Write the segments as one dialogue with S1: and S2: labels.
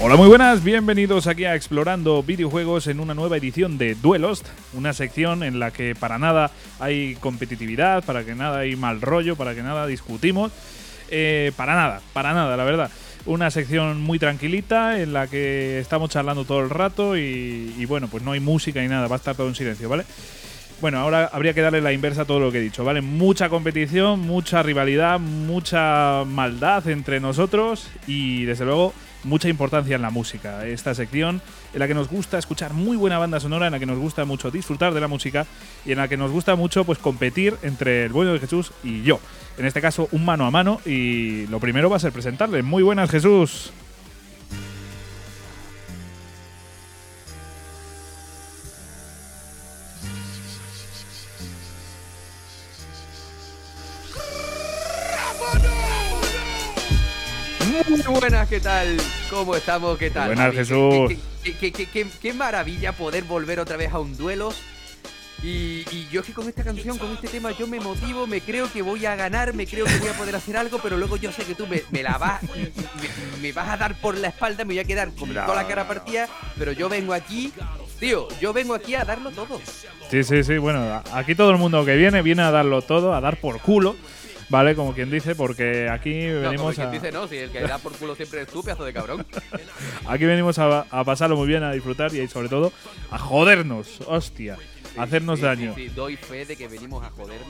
S1: Hola, muy buenas, bienvenidos aquí a Explorando Videojuegos en una nueva edición de Duelos, una sección en la que para nada hay competitividad, para que nada hay mal rollo, para que nada discutimos, eh, para nada, para nada, la verdad. Una sección muy tranquilita en la que estamos charlando todo el rato y, y bueno, pues no hay música ni nada, va a estar todo en silencio, ¿vale? Bueno, ahora habría que darle la inversa a todo lo que he dicho, ¿vale? Mucha competición, mucha rivalidad, mucha maldad entre nosotros y desde luego mucha importancia en la música. Esta sección en la que nos gusta escuchar muy buena banda sonora, en la que nos gusta mucho disfrutar de la música y en la que nos gusta mucho pues competir entre el bueno de Jesús y yo. En este caso, un mano a mano y lo primero va a ser presentarle. Muy buenas, Jesús.
S2: Muy buenas, ¿qué tal? ¿Cómo estamos? ¿Qué tal?
S1: Buenas,
S2: Javi? Qué-
S1: Jesús.
S2: Qué, qué- qué- qué- qué maravilla poder volver otra vez a un duelo. Y, y yo es que con esta canción, con este tema, yo me motivo, me creo que voy a ganar, me creo que voy a poder hacer algo, pero luego yo sé que tú me, me la vas, me, me vas a dar por la espalda, me voy a quedar con
S1: No,
S2: toda la
S1: no,
S2: cara partida, pero yo vengo aquí, tío, yo vengo aquí a darlo todo.
S1: Sí, sí, sí. Bueno, a- aquí todo el mundo que viene viene a darlo todo, a dar por culo, ¿vale? Como quien dice, porque aquí
S2: No, como
S1: venimos
S2: quien
S1: a...
S2: dice, no, si el que da por culo siempre es tú, pedazo de cabrón.
S1: Aquí venimos a, a pasarlo muy bien, a disfrutar y sobre todo a jodernos, hostia, a hacernos
S2: Sí, sí,
S1: daño.
S2: sí, doy fe de que venimos a jodernos.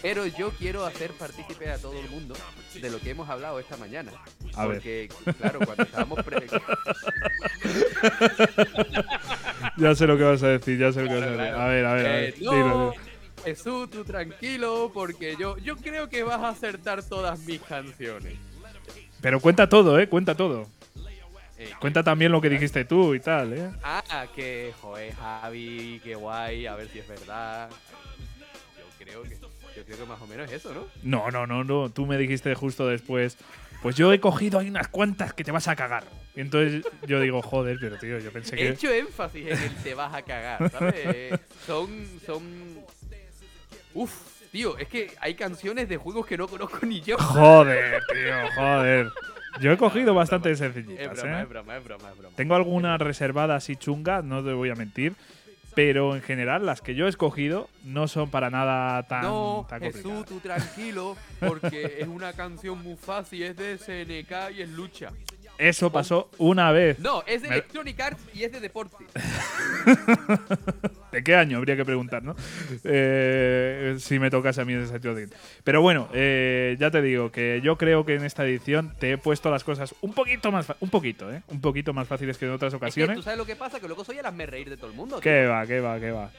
S2: Pero yo quiero hacer partícipe a todo el mundo de lo que hemos hablado esta mañana.
S1: A ver.
S2: porque, claro, cuando estábamos pre-
S1: Ya sé lo que vas a decir, ya sé lo que vas a decir.
S2: claro.
S1: A ver, a ver, a
S2: Eh,
S1: ver.
S2: no,
S1: Dilo, dilo.
S2: Jesús, tú tranquilo, porque yo, yo creo que vas a acertar todas mis canciones.
S1: Pero cuenta todo, ¿eh? Cuenta todo.
S2: Eh,
S1: Cuenta también lo que dijiste tú y tal, ¿eh?
S2: Ah, que joder, Javi, qué guay, a ver si es verdad. Yo creo que, yo creo que más o menos es eso, ¿no?
S1: No, no, no, no. Tú me dijiste justo después. Pues yo he cogido ahí unas cuantas que te vas a cagar. Y entonces yo digo, joder, pero tío, yo pensé
S2: He
S1: que.
S2: hecho énfasis en el te vas a cagar, ¿sabes? son, son... Uf, tío, es que hay canciones de juegos que no conozco ni yo.
S1: Joder, tío, joder. Yo he cogido bastante
S2: Es
S1: sencillitas,
S2: broma,
S1: ¿eh?
S2: es broma, es broma, es broma.
S1: Tengo alguna reservada así chunga, no te voy a mentir. Pero en general, las que yo he escogido no son para nada tan,
S2: No,
S1: tan
S2: Jesús,
S1: complicadas.
S2: tú tranquilo, porque es una canción muy fácil, es de SNK y es lucha.
S1: Eso pasó una vez.
S2: No, es de
S1: Me-
S2: Electronic Arts y es de deporte.
S1: ¿De qué año? Habría que preguntar, ¿no? Eh, si me tocase a mí ese Jordan. Pero bueno, eh, ya te digo que yo creo que en esta edición te he puesto las cosas un poquito más, fa- un poquito, ¿eh? Un poquito más fáciles que en otras
S2: Es que tú
S1: ocasiones.
S2: sabes lo que pasa, que luego soy el hazme reír de todo el mundo. tío.
S1: ¿Qué va, qué va, qué va?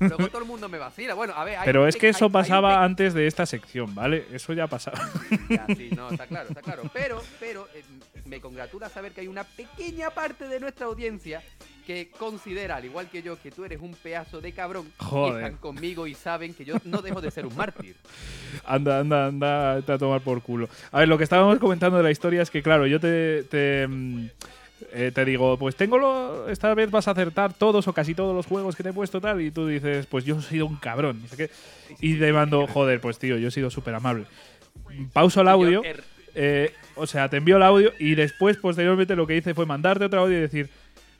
S2: Luego todo el mundo me vacila. Bueno, a ver... hay
S1: Pero
S2: un
S1: es
S2: pe-
S1: que
S2: hay-
S1: eso
S2: hay un
S1: pasaba antes de esta sección, ¿vale? Eso ya pasaba.
S2: Ya, sí, no, está claro, está claro. Pero, pero eh, me congratula saber que hay una pequeña parte de nuestra audiencia que considera, al igual que yo, que tú eres un pedazo de cabrón.
S1: Joder.
S2: Y están conmigo y saben que yo no dejo de ser un mártir.
S1: Anda, anda, anda, te a tomar por culo. A ver, lo que estábamos comentando de la historia es que, claro, yo te, te, mm, eh, te digo, pues tengo lo, esta vez vas a acertar todos o casi todos los juegos que te he puesto tal, y tú dices, pues yo he sido un cabrón, no sé qué. Y te mando, joder, pues tío, yo he sido súper amable. Pauso el audio,
S2: Yo, er-
S1: eh, o sea, te envío el audio y después, posteriormente, lo que hice fue mandarte otro audio y decir,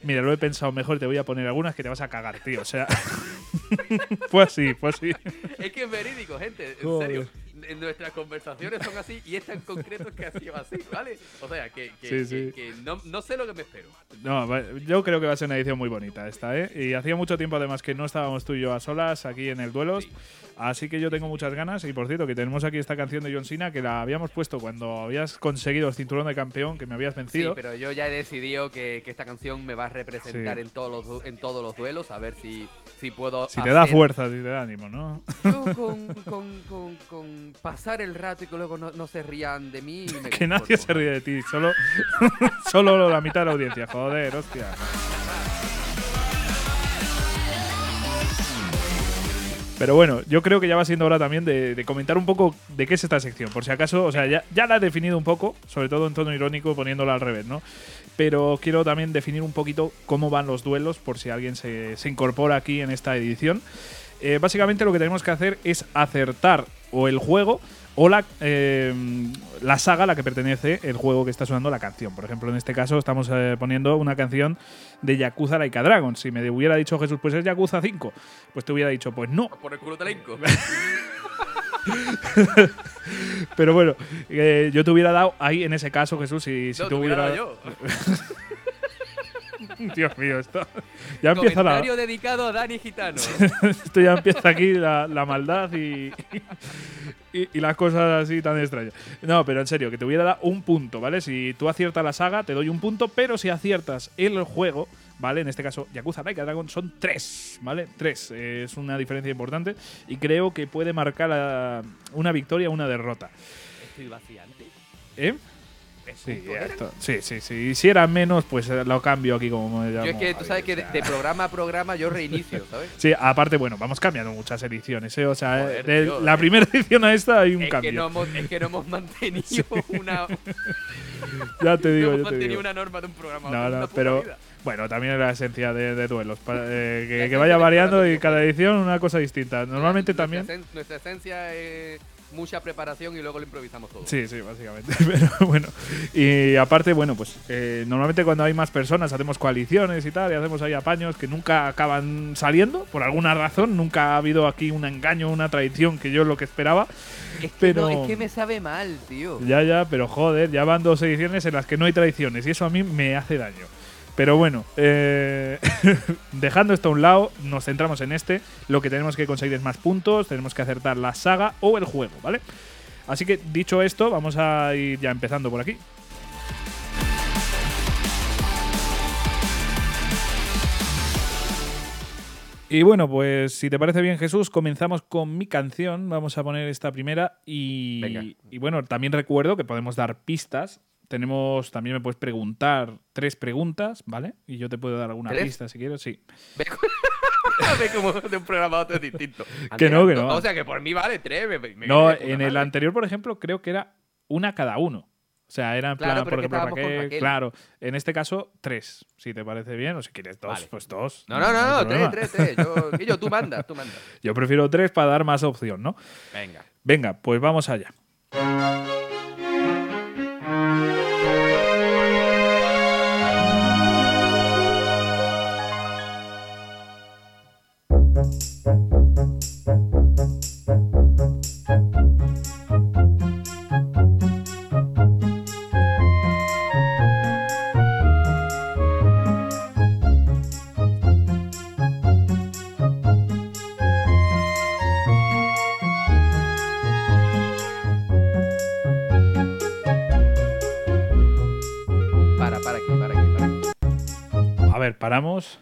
S1: mira, lo he pensado mejor, te voy a poner algunas que te vas a cagar, tío. O sea, fue así, fue así.
S2: es que es verídico, gente. En
S1: Joder.
S2: serio. N- Nuestras conversaciones son así y es tan concreto que así va así, ¿vale? O sea, que, que-
S1: Sí,
S2: que-
S1: sí.
S2: que no, no sé lo que me espero.
S1: No, va- yo creo que va a ser una edición muy bonita esta, ¿eh? Y hacía mucho tiempo además que no estábamos tú y yo a solas aquí en el Duelos,
S2: Sí.
S1: Así que yo tengo muchas ganas. Y por cierto, que tenemos aquí esta canción de John Cena que la habíamos puesto cuando habías conseguido el cinturón de campeón, que me habías
S2: Sí,
S1: vencido.
S2: pero yo ya he decidido que, que esta canción me va a representar
S1: Sí.
S2: en, todos los, du- en todos los duelos, a ver si, si puedo.
S1: si te da
S2: hacer-
S1: fuerza, si te da ánimo, ¿no?
S2: Yo con, con- con- con pasar el rato y que luego no, no se rían de mí. y me
S1: Que nadie
S2: conformo.
S1: se ríe de ti, solo, solo la mitad de la audiencia. Joder, hostia. Pero bueno, yo creo que ya va siendo hora también de, de comentar un poco de qué es esta sección. Por si acaso, o sea, ya, ya la he definido un poco, sobre todo en tono irónico, poniéndola al revés, ¿no? Pero quiero también definir un poquito cómo van los duelos, por si alguien se, se incorpora aquí en esta edición. Eh, básicamente lo que tenemos que hacer es acertar o el juego o la, eh, la saga a la que pertenece el juego que está sonando la canción. Por ejemplo, en este caso estamos eh, poniendo una canción de Yakuza Laika Dragon. Si me hubiera dicho Jesús, pues es Yakuza 5, pues te hubiera dicho, pues no.
S2: Por el culo te la hinco.
S1: Pero bueno, eh, yo te hubiera dado ahí en ese caso, Jesús, si, si
S2: No,
S1: te
S2: te
S1: hubiera
S2: hubiera dado yo.
S1: Dios mío, esto. Ya empieza la.
S2: Comentario dedicado a Dani Gitano.
S1: Esto ya empieza aquí la, la maldad y, y, y las cosas así tan extrañas. No, pero en serio, que te hubiera dado un punto, ¿vale? Si tú aciertas la saga, te doy un punto, pero si aciertas el juego, ¿vale? En este caso, Yakuza Laika Dragon son tres, ¿vale? Tres. Eh, es una diferencia importante y creo que puede marcar a- una victoria o una derrota.
S2: Estoy vaciante.
S1: ¿Eh? Sí, esto- sí, sí, sí. Si era menos, pues eh, lo cambio aquí como me
S2: Yo
S1: llamo
S2: es que tú sabes
S1: Javier,
S2: que
S1: o
S2: de,
S1: sea.
S2: de programa a programa yo reinicio, ¿sabes?
S1: Sí, aparte, bueno, vamos cambiando muchas ediciones, ¿eh? O sea,
S2: Joder,
S1: de
S2: tío,
S1: la
S2: eh.
S1: primera edición a esta hay un
S2: Es
S1: cambio.
S2: que, no hemos, es que no hemos mantenido una,
S1: ya te
S2: no
S1: digo, yo
S2: hemos
S1: te
S2: mantenido
S1: digo.
S2: una norma de un programa. a
S1: No,
S2: otro, una
S1: no,
S2: puta
S1: pero
S2: vida.
S1: bueno, también es la esencia de, de duelos. para- eh,
S2: La
S1: que, que
S2: esencia
S1: vaya
S2: de
S1: variando
S2: cada
S1: y
S2: duelo.
S1: cada edición una cosa distinta. Normalmente
S2: Nuestra
S1: también.
S2: esen- Nuestra esencia es mucha preparación y luego lo improvisamos todo.
S1: Sí, sí, básicamente. Pero bueno. Y aparte, bueno, pues eh, normalmente cuando hay más personas hacemos coaliciones y tal, y hacemos ahí apaños que nunca acaban saliendo, por alguna razón. Nunca ha habido aquí un engaño, una traición, que yo es lo que esperaba.
S2: Es que,
S1: Pero-
S2: no, es que me sabe mal, tío.
S1: Ya, ya, pero joder, ya van dos ediciones en las que no hay traiciones y eso a mí me hace daño. Pero bueno, eh, dejando esto a un lado, nos centramos en este. Lo que tenemos que conseguir es más puntos, tenemos que acertar la saga o el juego, ¿vale? Así que dicho esto, vamos a ir ya empezando por aquí. Y bueno, pues si te parece bien Jesús, comenzamos con mi canción. Vamos a poner esta primera y,
S2: Venga.
S1: y bueno, también recuerdo que podemos dar pistas. Tenemos, también me puedes preguntar tres preguntas, ¿vale? Y yo te puedo dar alguna
S2: ¿Tres?
S1: pista si quieres, sí.
S2: Ve, ve como de un programa a otro es distinto.
S1: Que no, que no.
S2: O sea, que por mí vale tres. me- me-
S1: No,
S2: me viene
S1: en
S2: de puta
S1: el
S2: madre.
S1: anterior, por ejemplo, creo que era una cada uno. O sea, era en
S2: Claro,
S1: plan,
S2: pero
S1: por
S2: que
S1: ejemplo,
S2: estábamos con
S1: Raquel,
S2: Raquel.
S1: Claro, en este caso, tres, si te parece bien, o si quieres dos,
S2: Vale.
S1: pues dos.
S2: No, no,
S1: hay
S2: no, no,
S1: problema.
S2: tres, tres, tres. Yo, Guillo, tú mandas, tú mandas.
S1: Yo prefiero tres para dar más opción, ¿no?
S2: Venga.
S1: Venga, pues vamos allá.
S2: Para, para aquí, para aquí, para aquí.
S1: A ver, paramos.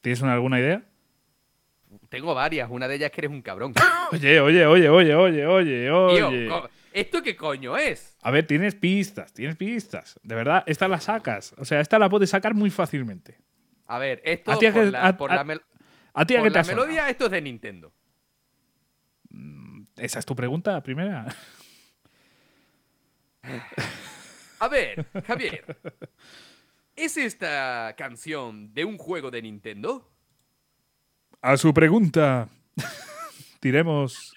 S1: ¿Tienes una- alguna idea?
S2: Tengo varias, una de ellas es que eres un cabrón.
S1: Oye, oye, oye, oye, oye, oye,
S2: Tío,
S1: oye.
S2: co- ¿esto qué coño es?
S1: A ver, tienes pistas, tienes pistas. De verdad, esta la sacas. O sea, esta la puedes sacar muy fácilmente.
S2: A ver, esto
S1: A ti es
S2: por
S1: que-
S2: la,
S1: a-
S2: por
S1: a-
S2: la mel-
S1: A ti a
S2: por
S1: qué te
S2: la
S1: ha sonado?
S2: melodía, esto es de Nintendo.
S1: ¿Esa es tu pregunta primera?
S2: A ver, Javier. ¿Es esta canción de un juego de Nintendo?
S1: A su pregunta, diremos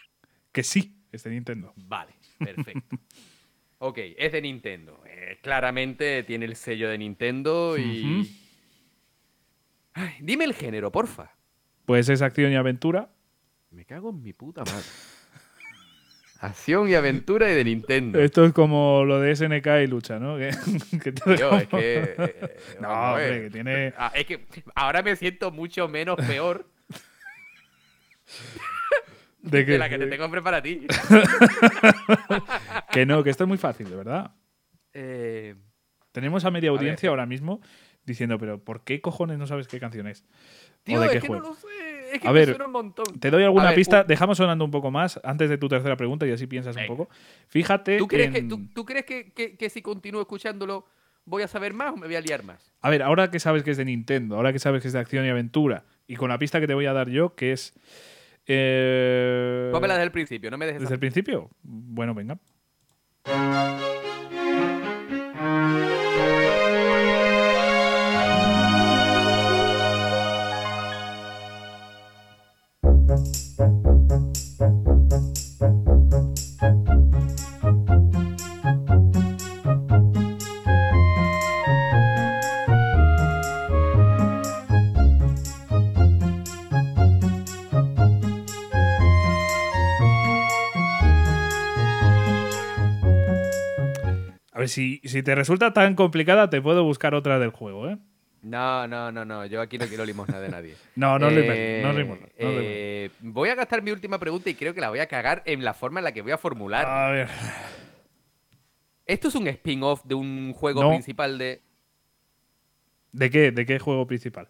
S1: que sí, es de Nintendo.
S2: Vale, perfecto. ok, es de Nintendo. Eh, claramente tiene el sello de Nintendo y.
S1: Ujú.
S2: Ay, dime el género, porfa.
S1: Pues es acción y aventura.
S2: Me cago en mi puta madre. Acción y aventura y de Nintendo.
S1: Esto es como lo de SNK y lucha, ¿no? Que, que te-
S2: Tío, es que. eh, eh,
S1: No,
S2: vamos a
S1: hombre,
S2: ver.
S1: que tiene-
S2: Ah, es que ahora me siento mucho menos peor.
S1: ¿De qué?
S2: De la que te tengo preparada a ti.
S1: Que no, que esto es muy fácil, de verdad.
S2: Eh,
S1: Tenemos a media
S2: ver.
S1: audiencia ahora mismo diciendo, pero ¿por qué cojones no sabes qué canción es? ¿O
S2: tío,
S1: de qué
S2: es que
S1: juego?
S2: no lo sé. Es que
S1: A
S2: me
S1: ver,
S2: suena un montón.
S1: Te doy alguna
S2: A ver,
S1: pista,
S2: un-
S1: dejamos sonando un poco más antes de tu tercera pregunta y así piensas
S2: Venga.
S1: un poco. Fíjate.
S2: ¿Tú crees,
S1: en-
S2: que, tú, tú crees que, que- que si continúo escuchándolo voy a saber más o me voy a liar más?
S1: A ver, ahora que sabes que es de Nintendo, ahora que sabes que es de acción y aventura, y con la pista que te voy a dar yo, que es. eh,
S2: Pómela desde el principio, no me dejes.
S1: ¿Desde el principio? Bueno, venga. A ver, si, si te resulta tan complicada, te puedo buscar otra del juego, ¿eh?
S2: No, no, no, no. Yo aquí no quiero limosna de nadie.
S1: No, no le
S2: Eh,
S1: no rimos, no rimos.
S2: eh, voy a gastar mi última pregunta y creo que la voy a cagar en la forma en la que voy a formular.
S1: A ver.
S2: ¿Esto es un spin-off de un juego
S1: No.
S2: principal de
S1: ¿De qué? ¿De qué juego principal?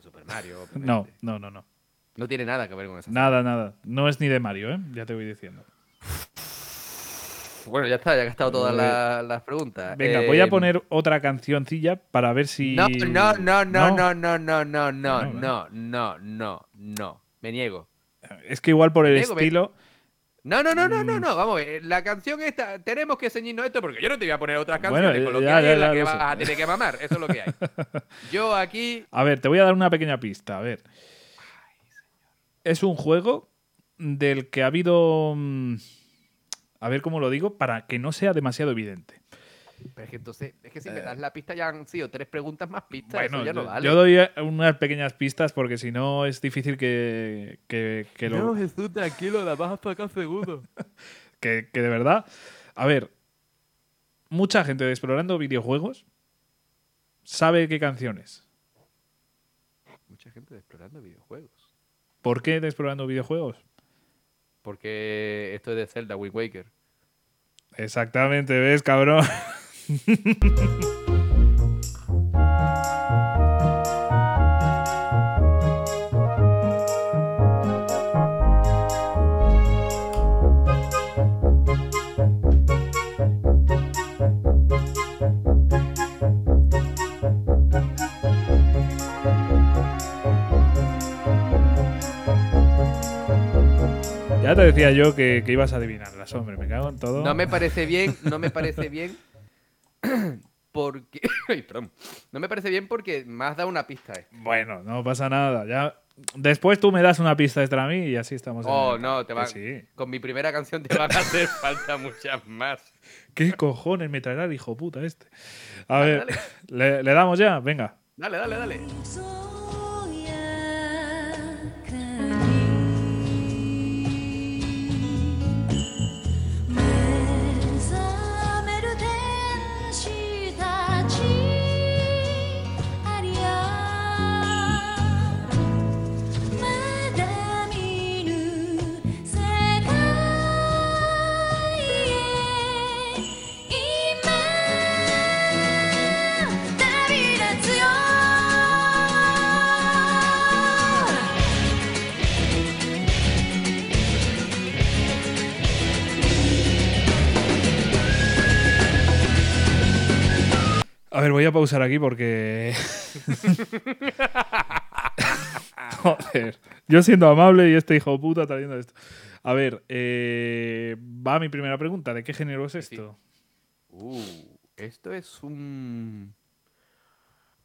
S2: Super Mario? obviamente.
S1: No, no, no, no.
S2: No tiene nada que ver con eso.
S1: Nada, nada. No es ni de Mario, ¿eh? Ya te voy diciendo.
S2: Bueno, ya está, ya he gastado todas
S1: Eh,
S2: la- las preguntas.
S1: Venga,
S2: Eh,
S1: voy a poner otra cancioncilla para ver si.
S2: No, no, no, no, no, no, no,
S1: No,
S2: no, no,
S1: no.
S2: no, no, no, no. Me niego.
S1: Es que igual por el
S2: Diego, ve-
S1: estilo.
S2: No, no, no, no,
S1: Mm.
S2: no, no. Vamos, a ver, la canción esta, tenemos que ceñirnos esto porque yo no te voy a poner otras
S1: Bueno, eh,
S2: canciones, con lo que
S1: ya,
S2: hay
S1: ya,
S2: es la
S1: ya,
S2: que
S1: lo
S2: vas
S1: sé.
S2: a tener que mamar. Eso es lo que hay. Yo aquí.
S1: A ver, te voy a dar una pequeña pista. A ver. Es un juego del que ha habido. mm, A ver cómo lo digo, para que no sea demasiado evidente.
S2: Pero es que entonces, es que si me das la pista ya han sido tres preguntas más pistas.
S1: Eh. Bueno,
S2: eso ya no
S1: yo-
S2: vale.
S1: yo doy eh, unas pequeñas pistas porque si no es difícil que, que, que lo-
S2: Jesús, tranquilo, la bajas para acá segundo.
S1: que- que de verdad. A ver, mucha gente de explorando videojuegos sabe qué canciones.
S2: Mucha gente explorando videojuegos.
S1: ¿Por qué de explorando videojuegos?
S2: Porque esto es de Zelda, Wind Waker.
S1: Exactamente, ¿ves, cabrón? Ya te decía yo que, que ibas a adivinarlas, hombre, me cago en todo.
S2: No me parece bien, no me parece bien. Porque. Ay, perdón. No me parece bien porque me has dado una pista. eh.
S1: Bueno, no pasa nada. Ya después tú me das una pista extra a mí y así estamos. en
S2: Oh,
S1: el-
S2: no, te
S1: Que
S2: van.
S1: Sí.
S2: Con mi primera canción te van a hacer falta muchas más.
S1: ¿Qué cojones me traerá el hijo puta este? A
S2: Dale,
S1: ver, ¿le, le damos ya? Venga.
S2: Dale, dale, dale.
S3: Soy「目覚める天使たちありゃ」「まだ見ぬ世界へ今旅立つよ」
S1: A ver, voy a pausar aquí porque. Joder. Yo siendo amable y este hijo puta trayendo esto. A ver, eh, va mi primera pregunta. ¿De qué género es
S2: Sí.
S1: esto?
S2: Uh, esto es un.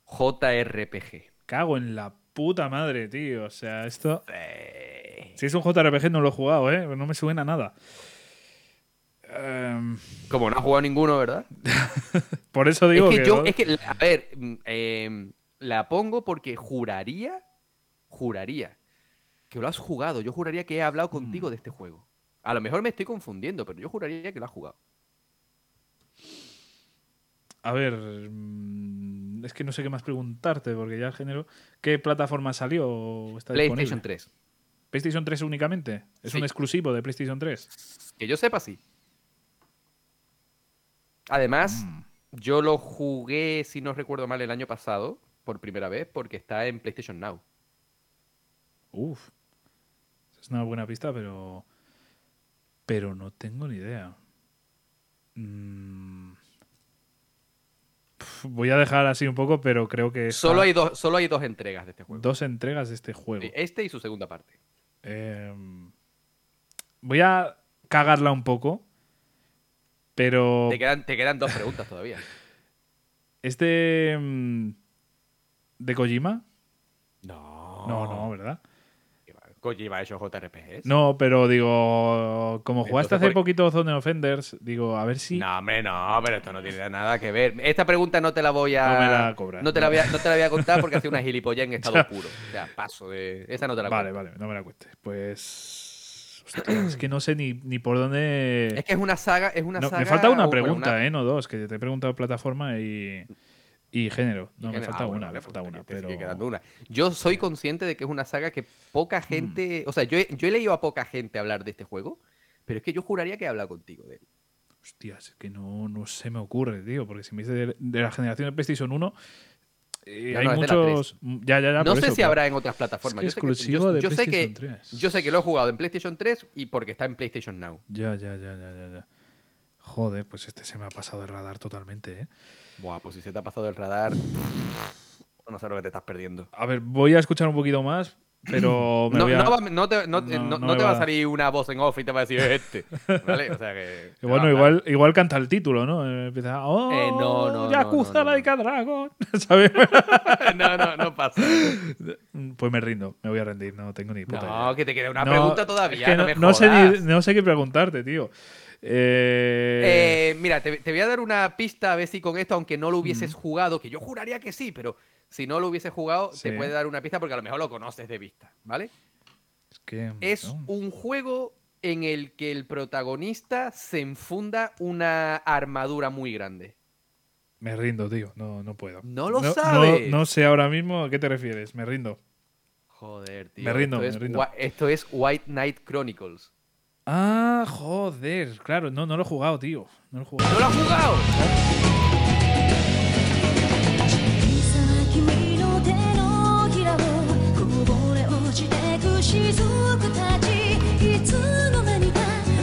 S2: JRPG.
S1: Cago en la puta madre, tío. O sea, esto.
S2: Eh,
S1: Si es un JRPG no lo he jugado, ¿eh? No me suena nada. Em,
S2: Como no ha jugado ninguno, ¿verdad?
S1: por eso digo
S2: es que, yo,
S1: ¿no?
S2: es que, a ver, mm, eh, la pongo porque juraría, juraría que lo has jugado. Yo juraría que he
S1: Mm.
S2: hablado contigo de este juego. A lo mejor me estoy confundiendo, pero yo juraría que lo has jugado.
S1: A ver, mm, es que no sé qué más preguntarte, porque ya el género... ¿Qué plataforma salió? o está
S2: PlayStation
S1: disponible?
S2: 3.
S1: PlayStation 3 únicamente. Es
S2: Sí.
S1: un exclusivo de PlayStation 3.
S2: Que yo sepa, sí. Además, yo lo jugué, si no recuerdo mal, el año pasado, por primera vez, porque está en PlayStation Now.
S1: Uf. Es una buena pista, pero. Pero no tengo ni idea. Mm. Pf, Voy a dejar así un poco, pero creo que. está-
S2: Solo hay, dos, solo hay dos entregas de este juego.
S1: dos entregas de este juego.
S2: Sí, Este y su segunda parte.
S1: Em, voy a cagarla un poco. Pero.
S2: Te quedan, te quedan dos preguntas todavía.
S1: Este. mm, ¿De Kojima?
S2: No.
S1: No, no, ¿verdad?
S2: Kojima ha hecho JRPGs.
S1: No, pero digo. Como jugaste
S2: Entonces,
S1: hace
S2: ¿por
S1: poquito Zone Offenders, digo, a ver si.
S2: No, hombre, no, pero esto no tiene nada que ver. Esta pregunta no te la voy a.
S1: No me la cobras.
S2: No te la voy a, no te la voy a contar porque hace una gilipollez en estado puro. O sea, paso de. Esa no te la
S1: Vale,
S2: cuento.
S1: vale, no me la cuentes. Pues. hostia, es que no sé ni, ni por dónde.
S2: Es que es una saga. Es una
S1: eh. No,
S2: saga
S1: me falta una
S2: o, bueno,
S1: pregunta, ¿eh? No dos, que te he preguntado plataforma y, y género. No, me
S2: Ah,
S1: falta
S2: bueno,
S1: una,
S2: vale,
S1: me falta
S2: pues,
S1: una.
S2: te sigue
S1: Pero...
S2: quedando una. Yo soy consciente de que es una saga que
S1: Mm.
S2: poca gente. O sea, yo he, yo he leído a poca gente hablar de este juego, pero es que yo juraría que he hablado contigo de él.
S1: Hostias, es que no, no se me ocurre, tío, porque si me dices de, de la generación de PlayStation 1, eh,
S2: No,
S1: hay
S2: no, es de la
S1: muchos. Ya, ya, ya.
S2: no
S1: Ah, por
S2: sé
S1: eso,
S2: si
S1: pero-
S2: habrá en otras plataformas.
S1: Es que
S2: yo sé que, yo-
S1: exclusivo de
S2: yo sé que-
S1: PlayStation 3.
S2: Yo sé que lo he jugado en PlayStation 3 y porque está en PlayStation Now.
S1: Ya, ya, ya, ya, ya, ya. Joder, pues este se me ha pasado el radar totalmente, ¿eh?
S2: Buah, pues si se te ha pasado el radar. No sé lo que te estás perdiendo.
S1: A ver, voy a escuchar un poquito más, pero me
S2: No,
S1: voy a.
S2: no va- no te, no-
S1: No,
S2: eh, no-
S1: no
S2: no
S1: me
S2: te va
S1: va.
S2: a salir una voz en off y te va a decir este. ¿Vale? O sea que.
S1: Que bueno, igual, igual canta el título, ¿no? Eh, Empieza. ¡Oh!
S2: Ah, Eh, no, no, no,
S1: Yakuza
S2: no, no, no.
S1: Like a Dragon. ¿Sabes?
S2: No, no, no pasa.
S1: pues me rindo, me voy a rendir, no tengo ni puta idea.
S2: No, que te queda una
S1: No,
S2: pregunta
S1: es
S2: todavía.
S1: que
S2: no, me
S1: sé
S2: jodas.
S1: ni- no sé qué preguntarte, tío. Eh,
S2: Eh, mira, te, te voy a dar una pista a ver si con esto, aunque no lo hubieses
S1: Mm.
S2: jugado, que yo juraría que sí, pero si no lo hubieses jugado,
S1: Sí.
S2: te puede dar una pista porque a lo mejor lo conoces de vista, ¿vale?
S1: es que,
S2: Es
S1: no.
S2: un juego en el que el protagonista se enfunda una armadura muy grande.
S1: Me rindo, tío. No, no puedo.
S2: No lo
S1: No,
S2: sabes.
S1: sé ahora mismo a qué te refieres. Me rindo.
S2: Joder, tío.
S1: Me rindo,
S2: esto
S1: me
S2: es,
S1: rindo.
S2: Whi- esto es White Knight Chronicles.
S1: Ah, joder. Claro, no, no lo he jugado, tío. No lo he jugado.
S2: ¡No lo has jugado!
S3: 小さな君の手のひらをこぼれ落ちてく雫たちいつの間にか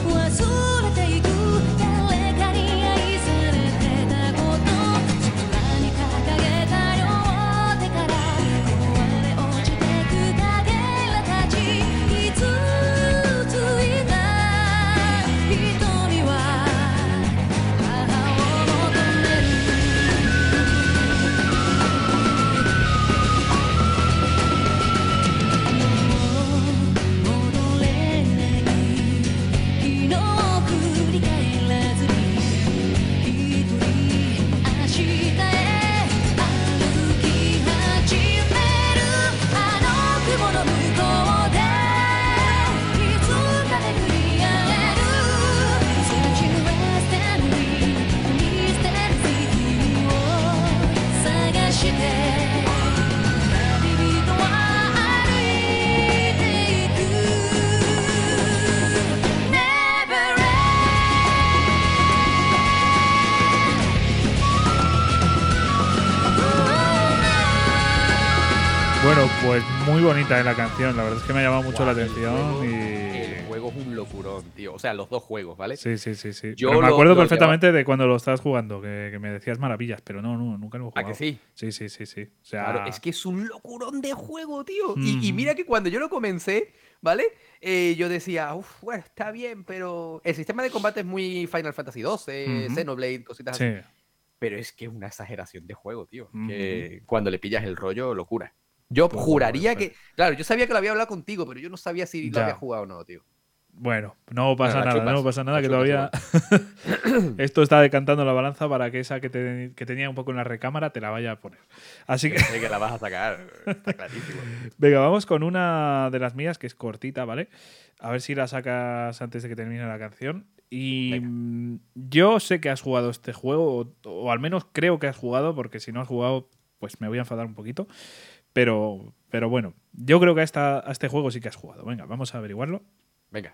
S3: 忘れていく誰かに愛されてたこと空に掲げた両手からこぼれ落ちてくかけらたちいつついた人には母を求める「戻れない」「昨日繰り返らずに」「ひとり明日へ歩き始める」「あの雲の向こうでいつか巡り合える」「Such a standing mystery を探して」「旅人は歩いていく」「Never end」
S1: Bueno, pues muy bonita es la canción. La verdad es que me ha llamado mucho
S2: Guau,
S1: la
S2: el
S1: atención.
S2: juego- El
S1: Y...
S2: juego es un locurón, tío. O sea, los dos juegos, ¿vale?
S1: Sí, sí, sí. sí.
S2: Yo
S1: Pero me
S2: lo-
S1: acuerdo
S2: lo
S1: perfectamente de cuando lo estabas jugando, que, que me decías maravillas, pero no, no, nunca lo he
S2: ¿A
S1: jugado.
S2: que sí?
S1: Sí, sí, sí, sí. O sea,
S2: Claro, es que es un locurón de juego, tío. Y, y
S1: Ujú.
S2: mira que cuando yo lo comencé, ¿vale? Eh, yo decía, uff, bueno, está bien, pero el sistema de combate es muy Final Fantasy XII,
S1: Ujú.
S2: Xenoblade, cositas así.
S1: sí.
S2: Pero es que es una exageración de juego, tío.
S1: Ujú.
S2: Que cuando le pillas el rollo, locura. Yo
S1: Pues,
S2: juraría
S1: pues,
S2: que. Claro, yo sabía que lo había hablado contigo, pero yo no sabía si lo
S1: Ya.
S2: había jugado o no, tío.
S1: Bueno, no pasa
S2: la
S1: nada,
S2: chupas,
S1: no pasa nada,
S2: la
S1: que
S2: chupas
S1: todavía esto está decantando la balanza para que esa que, te- que tenía un poco en la recámara te la vaya a poner. Así que,
S2: Sé que la vas a sacar, está clarísimo.
S1: venga, vamos con una de las mías que es cortita, ¿vale? A ver si la sacas antes de que termine la canción. Y
S2: Venga.
S1: mm, yo sé que has jugado este juego, o, o al menos creo que has jugado, porque si no has jugado, pues me voy a enfadar un poquito. Pero, Pero bueno, yo creo que a, esta- a este juego sí que has jugado. Venga, vamos a averiguarlo.
S2: Venga.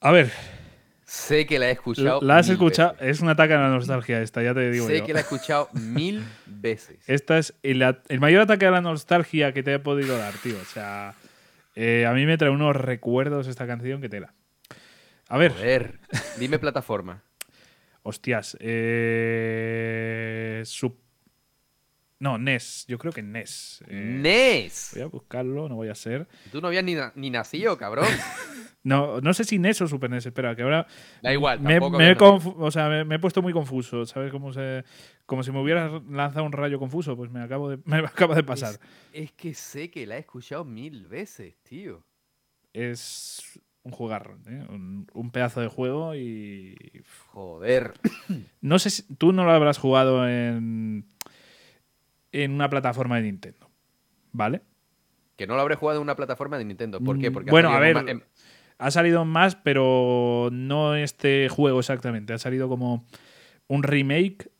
S1: A ver,
S2: Sé que la he escuchado.
S1: la has
S2: mil
S1: escuchado.
S2: veces.
S1: Es un ataque a la nostalgia esta, ya te digo
S2: Sé
S1: yo.
S2: que la he escuchado mil veces.
S1: Esta es el, at- el mayor ataque a la nostalgia que te he podido dar, tío. O sea, eh, a mí me trae unos recuerdos esta canción que tela. A ver,
S2: Joder. Dime plataforma.
S1: hostias. eh, sup- No, NES. Yo creo que NES. eh,
S2: NES.
S1: Voy a buscarlo, no voy a ser.
S2: E Tú no habías ni, na- ni nacido, cabrón.
S1: No, no sé si NES o Super NES. Espera, que ahora
S2: Da igual.
S1: me,
S2: tampoco
S1: me he
S2: habías nacido.
S1: confu- o sea, me, me he puesto muy confuso, ¿sabes? Como, se, como si me hubieras lanzado un rayo confuso, pues me, acabo de, me acaba de pasar.
S2: Es, es que sé que la he escuchado mil veces, tío.
S1: Es, un jugarrón, ¿eh? un, un pedazo de juego y...
S2: Joder.
S1: No sé si tú no lo habrás jugado en, en una plataforma de Nintendo, ¿vale?
S2: Que no lo habré jugado en una plataforma de Nintendo. ¿Por qué?
S1: Mm,
S2: Porque ha
S1: bueno, a ver,
S2: salido más- em-
S1: ha salido más, pero no este juego exactamente. Ha salido como un remake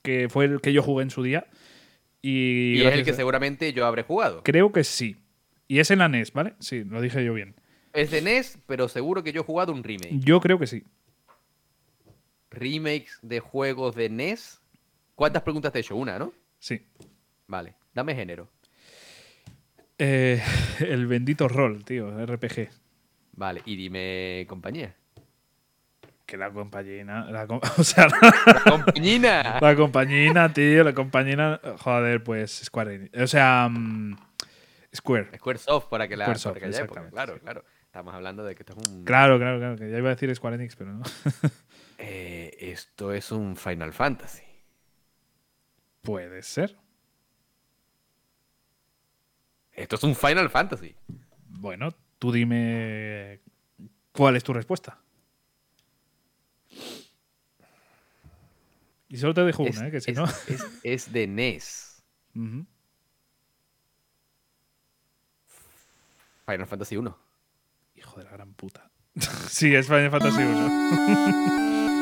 S1: que fue el que yo jugué en su día. Y,
S2: y es el
S1: gracias
S2: que
S1: a-
S2: seguramente yo habré jugado.
S1: Creo que sí. Y es en la NES, ¿vale? Sí, lo dije yo bien.
S2: Es de NES, pero seguro que yo he jugado un remake.
S1: Yo creo que sí.
S2: Remakes de juegos de NES. ¿Cuántas preguntas te he hecho? Una, ¿no?
S1: Sí.
S2: Vale. Dame género.
S1: Eh, el bendito rol, tío, RPG.
S2: Vale. Y dime compañía.
S1: Que la compañina. la com- o sea,
S2: ¡Compañina!
S1: La compañina, tío, la compañina. Joder, pues Square Enix. O sea, mm, Square.
S2: Squaresoft para que la
S1: Squaresoft,
S2: para aquella época,
S1: exactamente,
S2: Claro,
S1: sí.
S2: claro. Estamos hablando de que esto es un.
S1: Claro, claro, claro. Que ya iba a decir Square Enix, pero no.
S2: Eh, esto es un Final Fantasy.
S1: Puede ser.
S2: Esto es un Final Fantasy.
S1: Bueno, tú dime cuál es tu respuesta. Y solo te dejo
S2: es,
S1: una, ¿eh? que si
S2: es-
S1: no.
S2: es- es de E NES.
S1: Ujú.
S2: Final Fantasy 1.
S1: Hijo de la gran puta. sí, es Final Fantasy 1.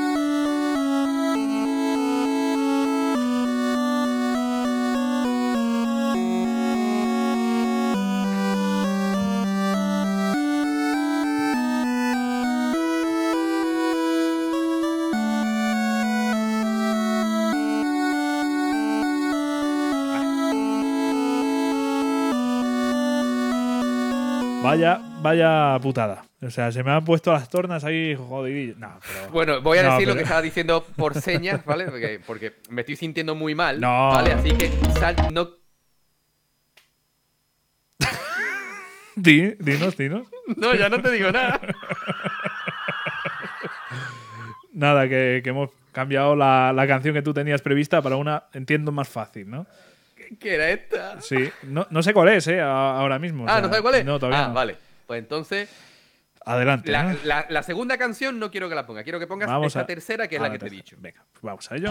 S1: Vaya, vaya putada. O sea, se me han puesto las tornas ahí jodidillas. No, pero.
S2: Bueno, voy a
S1: No,
S2: decir lo
S1: pero-
S2: que estaba diciendo por señas, ¿vale? Porque, porque me estoy sintiendo muy mal.
S1: No.
S2: ¿Vale? Así que sal, no.
S1: Di- dinos, dinos.
S2: No, ya no te digo nada.
S1: Nada, que, que hemos cambiado la, la canción que tú tenías prevista para una, entiendo, más fácil, ¿no?
S2: ¿Qué era esta?
S1: Sí. No, no sé cuál es, ¿eh? A- Ahora mismo. o
S2: Ah,
S1: sea,
S2: ¿no sabes cuál es?
S1: No, todavía
S2: Ah,
S1: no.
S2: vale. Pues entonces,
S1: Adelante. ¿eh?
S2: la,
S1: ¿no?
S2: la- la segunda canción no quiero que la ponga. Quiero que pongas
S1: Vamos
S2: esta
S1: a-
S2: tercera, que es
S1: a
S2: la,
S1: la
S2: que te he
S1: tercera.
S2: dicho.
S1: Venga, pues vamos a ello.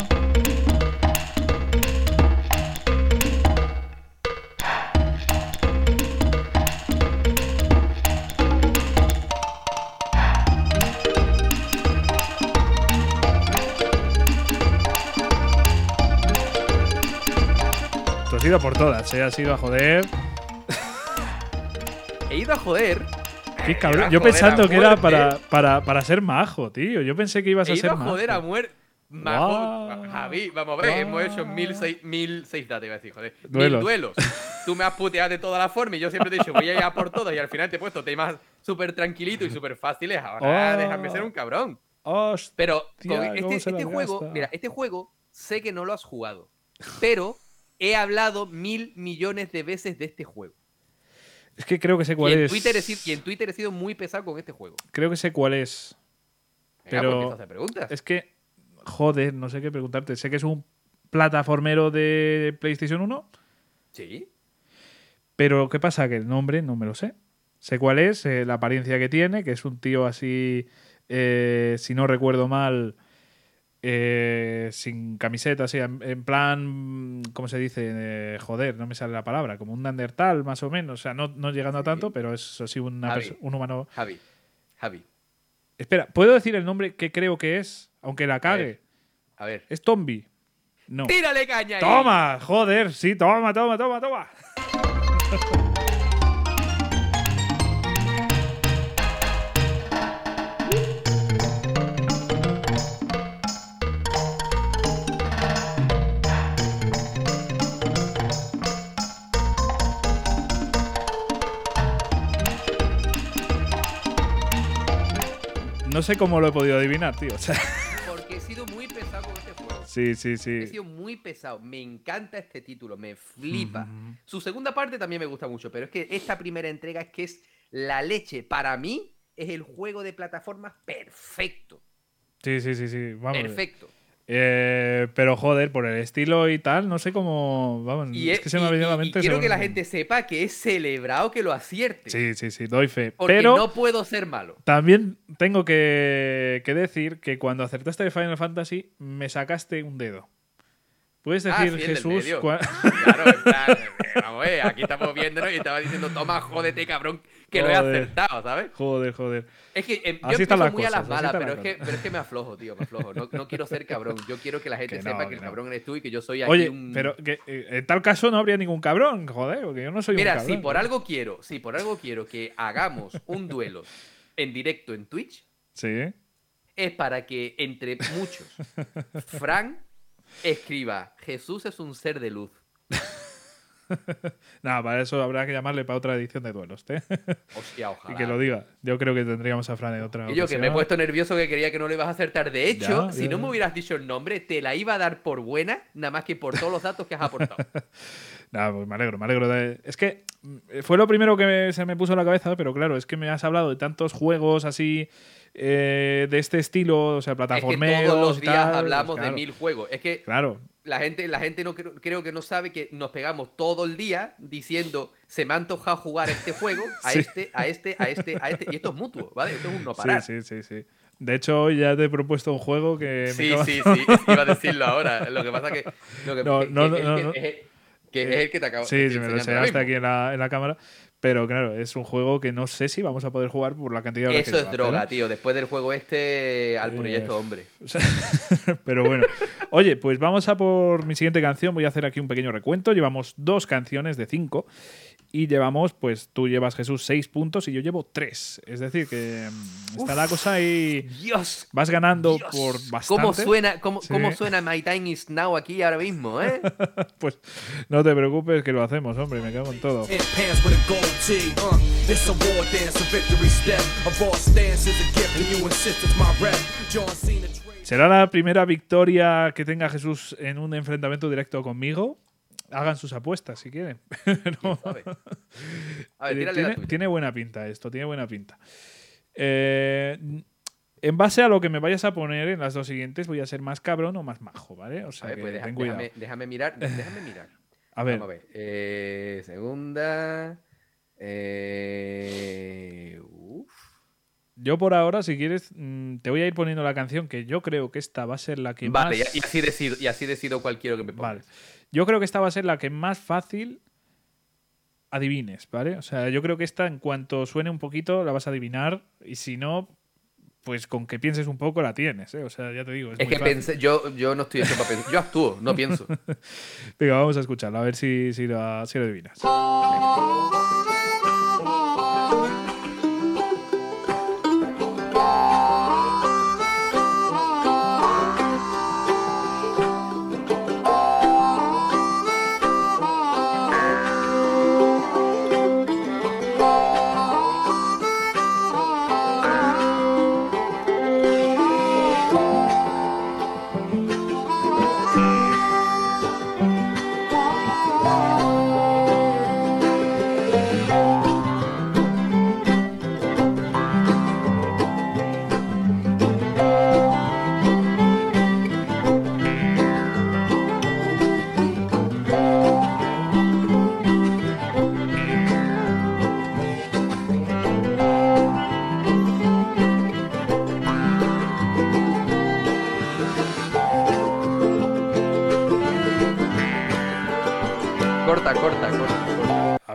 S1: Tú has ido por todas, ¿eh? Has ido a joder.
S2: He ido a joder.
S1: Qué
S2: ido
S1: cabrón.
S2: Eh, a
S1: Yo
S2: joder a
S1: pensando que era
S2: muerte.
S1: para, para, para ser majo, tío. Yo pensé que ibas
S2: He
S1: a ser
S2: ido E a
S1: majo.
S2: joder a muerte.
S1: Guau.
S2: Javi, vamos a ver, hemos hecho mil seis, mil seis datos, iba a decir, joder. Mil
S1: Duelos.
S2: duelos. Tú me has puteado de toda la forma y yo siempre te he dicho, voy a ir a por todas y al final te he puesto temas súper tranquilitos y súper fáciles. Ahora
S1: Oh.
S2: déjame ser un cabrón.
S1: Hostia.
S2: Pero con
S1: Tía, ¿cómo
S2: este,
S1: se la
S2: este juego,
S1: gasta?
S2: mira, este juego sé que no lo has jugado, pero he hablado mil millones de veces de este juego.
S1: Es que creo que sé
S2: Y
S1: cuál
S2: en,
S1: es.
S2: Twitter he sido, y en Twitter he sido muy pesado con este juego.
S1: Creo que sé cuál es.
S2: Pero... ¿por qué
S1: Pero-
S2: te haces preguntas?
S1: Es que, joder, no sé qué preguntarte. Sé que es un plataformero de PlayStation 1,
S2: Sí.
S1: pero ¿qué pasa? Que el nombre no me lo sé. Sé cuál es, eh, la apariencia que tiene, que es un tío así, eh, si no recuerdo mal, eh, sin camiseta, así, en, en plan, ¿cómo se dice? Eh, joder, no me sale la palabra, como un Undertal, más o menos. O sea, no, no llegando a tanto, pero es así una
S2: Javi.
S1: perso- un humano.
S2: Javi. Javi.
S1: Espera, ¿puedo decir el nombre que creo que es? Aunque la cague.
S2: ver. A ver.
S1: ¿Es Tombi? No.
S2: ¡Tírale caña! ahí!
S1: Toma, joder, sí, toma, toma, toma, toma. No sé cómo lo he podido adivinar, tío. o sea,
S2: Porque he sido muy pesado con este juego.
S1: sí, sí,
S2: He
S1: sí.
S2: sido muy pesado. Me encanta este título, me flipa.
S1: Ujú.
S2: Su segunda parte también me gusta mucho, pero es que esta primera entrega es que es la leche. Para mí es el juego de plataformas perfecto.
S1: Sí, sí, sí, sí. Vamos.
S2: Perfecto.
S1: Eh, pero joder, por el estilo y tal, no sé cómo. Vamos,
S2: Y
S1: Mm, es
S2: e-
S1: que se me ha venido a la
S2: y- y
S1: mente.
S2: quiero
S1: según-
S2: que la gente sepa que es celebrado que lo acierte.
S1: Sí, sí, sí, doy fe.
S2: Porque
S1: Pero
S2: no puedo ser malo.
S1: también tengo que, que decir que cuando acertaste de Final Fantasy, me sacaste un dedo. Puedes
S2: Ah,
S1: decir,
S2: sí, el del
S1: Jesús.
S2: medio. Ah,
S1: cua-
S2: Claro, en plan, eh, vamos, eh, aquí estamos viéndonos y estaba diciendo, toma, jódete, cabrón, que lo he
S1: Joder.
S2: acertado, ¿sabes?
S1: joder, joder.
S2: Es que eh, yo
S1: Así
S2: empiezo
S1: están las
S2: muy a
S1: cosas,
S2: las
S1: así
S2: malas,
S1: están
S2: pero es,
S1: las
S2: que, pero es que me aflojo, tío, me aflojo. No, no quiero ser cabrón. Yo quiero que la gente
S1: Que no,
S2: sepa que
S1: que
S2: el
S1: no.
S2: cabrón eres tú y que yo soy aquí
S1: Oye,
S2: un...
S1: pero que, eh, en tal caso no habría ningún cabrón, joder, porque yo no soy un
S2: Mira,
S1: cabrón.
S2: si por algo quiero, si por algo quiero que hagamos un duelo en directo en Twitch,
S1: Sí.
S2: es para que entre muchos, Fran escriba, Jesús es un ser de luz.
S1: Nada, para eso habrá que llamarle para otra edición de duelos, ¿eh?
S2: Hostia, ojalá.
S1: y que lo diga. Yo creo que tendríamos a Fran en otra.
S2: Y yo que me he
S1: ocasión.
S2: puesto nervioso que creía que no lo ibas a acertar. De hecho,
S1: Ya,
S2: si
S1: ya,
S2: no
S1: ya.
S2: me hubieras dicho el nombre, te la iba a dar por buena, nada más que por todos los datos que has aportado.
S1: Nah, pues me alegro, me alegro. de- Es que mm, eh, fue lo primero que me- se me puso en la cabeza, pero claro, es que me has hablado de tantos juegos así eh, de este estilo, o sea,
S2: Es que
S1: plataformeros.
S2: todos los
S1: y
S2: días
S1: tal,
S2: hablamos
S1: pues, claro,
S2: de mil juegos. Es que
S1: Claro,
S2: la gente, la gente no creo, creo que no sabe que nos pegamos todo el día diciendo se me ha antojado jugar a este juego, a
S1: Sí.
S2: este, a este, a este, a este. Y esto es mutuo, ¿vale? Esto es un no
S1: sí,
S2: parar. Sí,
S1: sí, sí, sí. De hecho, hoy ya te he propuesto un juego que me
S2: sí,
S1: acaba-
S2: sí, Iba a decirlo ahora. Lo que pasa que. Lo que,
S1: No,
S2: que-
S1: no,
S2: que-
S1: no,
S2: que-
S1: no.
S2: que- que es el que te acabo te
S1: Sí,
S2: estoy
S1: sí, me lo
S2: enseñando ahora
S1: enseñaste aquí
S2: mismo.
S1: en la, en la cámara. Pero claro, es un juego que no sé si vamos a poder jugar por la cantidad de horas que
S2: Eso es
S1: lleva,
S2: droga,
S1: pero-
S2: tío. Después del juego este, al
S1: Eh,
S2: proyecto hombre.
S1: O sea, pero bueno. Oye, pues vamos a por mi siguiente canción. Voy a hacer aquí un pequeño recuento. Llevamos dos canciones de cinco. Y llevamos, pues tú llevas Jesús seis puntos y yo llevo tres. Es decir, que mm, está la cosa ahí.
S2: Dios.
S1: Vas ganando
S2: Dios,
S1: por bastante.
S2: ¿Cómo suena, cómo,
S1: Sí.
S2: cómo suena My Time Is Now aquí ahora mismo, eh?
S1: Pues no te preocupes que lo hacemos, hombre. Me cago en todo.
S2: Eh,
S4: In pants with a gold tee, uh. This a war dance, a victory step. A raw stance is a gift, and you insist it's my rep. John Cena trade.
S1: ¿Será la primera victoria que tenga Jesús en un enfrentamiento directo conmigo? Hagan sus apuestas si quieren. No.
S2: A ver, a ver
S1: Eh,
S2: tírale la
S1: tiene,
S2: tuya.
S1: tiene buena pinta esto, tiene buena pinta. Eh, en base a lo que me vayas a poner en las dos siguientes, voy a ser más cabrón o más majo, ¿vale? O
S2: A
S1: sea,
S2: ver,
S1: que
S2: pues deja-
S1: ten cuidado.
S2: déjame, déjame mirar. Déjame mirar.
S1: a ver,
S2: Vamos a ver. eh, segunda. eh, uf.
S1: yo por ahora, si quieres, mm, te voy a ir poniendo la canción que yo creo que esta va a ser la que
S2: Vale,
S1: más.
S2: y y así decido, y así decido cuál quiero que me ponga.
S1: Vale. Yo creo que esta va a ser la que más fácil adivines, ¿vale? O sea, yo creo que esta, en cuanto suene un poquito, la vas a adivinar. Y si no, pues con que pienses un poco la tienes, ¿eh? O sea, ya te digo. Es,
S2: Es
S1: muy
S2: que
S1: fácil.
S2: pensé- yo, yo no estoy hecho para pensar. Yo actúo, no pienso.
S1: Venga, vamos a escucharla, a ver si, si, la, si lo adivinas.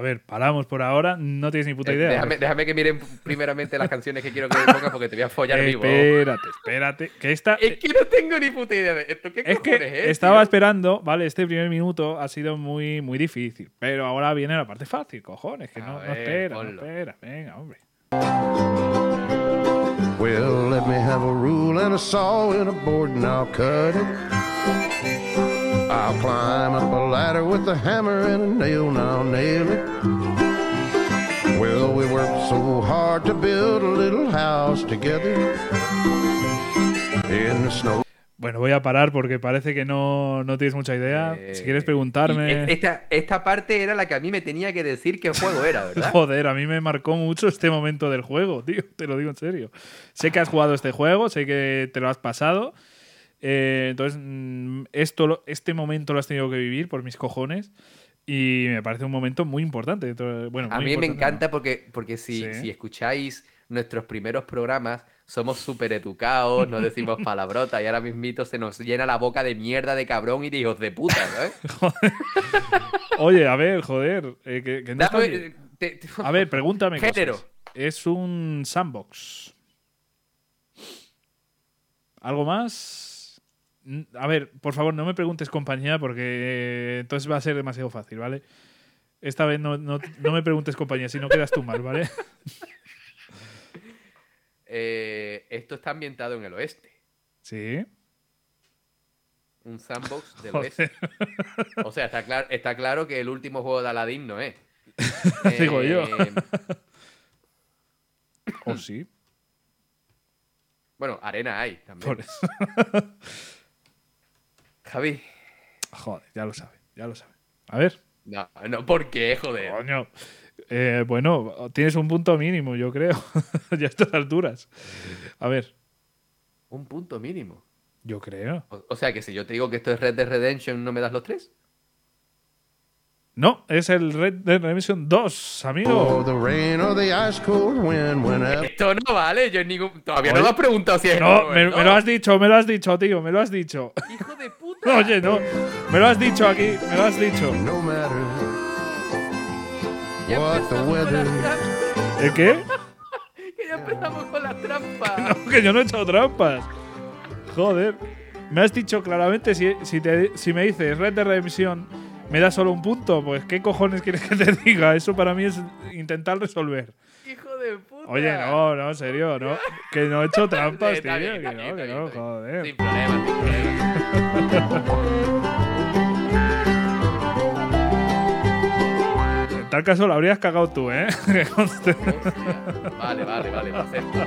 S1: ver, paramos por ahora, no tienes ni puta
S2: Eh,
S1: idea.
S2: Déjame, déjame que miren primeramente las canciones que quiero que me pongas porque te voy a follar
S1: Eh,
S2: vivo.
S1: espérate, espérate, que esta...
S2: Es que no tengo ni puta idea de esto. ¿Qué
S1: Es que
S2: cojones es,
S1: estaba
S2: tío?
S1: esperando, vale, este primer minuto ha sido muy, muy difícil, pero ahora viene la parte fácil, cojones, que
S2: A
S1: no, no
S2: ver,
S1: espera, no
S2: ponlo.
S1: espera, venga, hombre.
S5: Well, let me have a rule and a saw and a board and I'll cut it. I'll climb up a ladder with a hammer and a nail and I'll nail it. Well, we worked so hard to build a little house together in the snow.
S1: Bueno, voy a parar porque parece que no, no tienes mucha idea. si quieres
S2: Eh,
S1: preguntarme...
S2: y e- Esta, esta parte era la que a mí me tenía que decir qué juego era, ¿verdad?
S1: Joder, a mí me marcó mucho este momento del juego, tío. Te lo digo en serio. Sé que has jugado este juego, sé que te lo has pasado. eh, entonces, mm, esto, lo- este momento lo has tenido que vivir por mis cojones. Y me parece un momento muy importante. Entonces, Bueno,
S2: A
S1: muy
S2: mí me
S1: importante,
S2: encanta porque, porque si,
S1: Sí.
S2: si escucháis nuestros primeros programas, somos súper educados, no decimos palabrotas y ahora mismito se nos llena la boca de mierda, de cabrón y de hijos de puta, ¿sabes?
S1: no. Oye, a ver, joder. eh, que- que no está
S2: Dame-
S1: bien.
S2: te- te-
S1: A ver, pregúntame. cosas.
S2: Género.
S1: Es un sandbox. ¿Algo más? N- A ver, por favor, no me preguntes compañía porque eh, entonces va a ser demasiado fácil, ¿vale? Esta vez no, no- no me preguntes compañía, si no quedas tú mal, ¿vale?
S2: Eh, esto está ambientado en el oeste.
S1: Sí.
S2: Un sandbox del
S1: Joder.
S2: oeste. O sea, está, claro está claro que el último juego de Aladdin no es.
S1: Digo yo.
S2: Eh,
S1: O sí.
S2: Bueno, arena hay también.
S1: Por eso.
S2: Javi.
S1: Joder, ya lo sabe, ya lo sabe. A ver.
S2: No, no, ¿por qué, joder?
S1: Coño. Eh, bueno, tienes un punto mínimo, yo creo. ya a estas alturas. A ver,
S2: Un punto mínimo.
S1: yo creo.
S2: O, o sea que si yo te digo que esto es Red Dead Redemption, ¿no me das los tres?
S1: No, es el Red Dead Redemption 2, amigo.
S5: Oh, the rain or the ice cold wind, whenever
S2: Esto no vale, yo en ningún. Todavía
S1: Oye.
S2: no me has preguntado si es.
S1: No,
S2: o
S1: me,
S2: no.
S1: me lo has dicho, me lo has dicho, tío, me lo has dicho.
S2: Hijo de puta.
S1: Oye, no, me lo has dicho aquí, me lo has dicho.
S5: no matter
S2: Ya
S5: what the
S2: empezamos con
S5: weather.
S2: las trampas,
S1: ¿El qué?
S2: que ya empezamos con las trampas.
S1: No, que yo no he hecho trampas. Joder, me has dicho claramente si, si, te- si me dices Red de Redemption me da solo un punto, pues ¿qué cojones quieres que te diga? Eso para mí es intentar resolver.
S2: Hijo de puta.
S1: Oye, no, no, en serio, no. Que no he hecho trampas, tío.
S2: Ah. Está bien,
S1: Que
S2: está bien,
S1: no, que
S2: está
S1: no,
S2: bien,
S1: joder.
S2: Sin problema, sin problema.
S1: Pues En tal caso lo habrías cagado tú, ¿eh? Que conste.
S2: Hostia. Vale, vale, vale, lo acepto.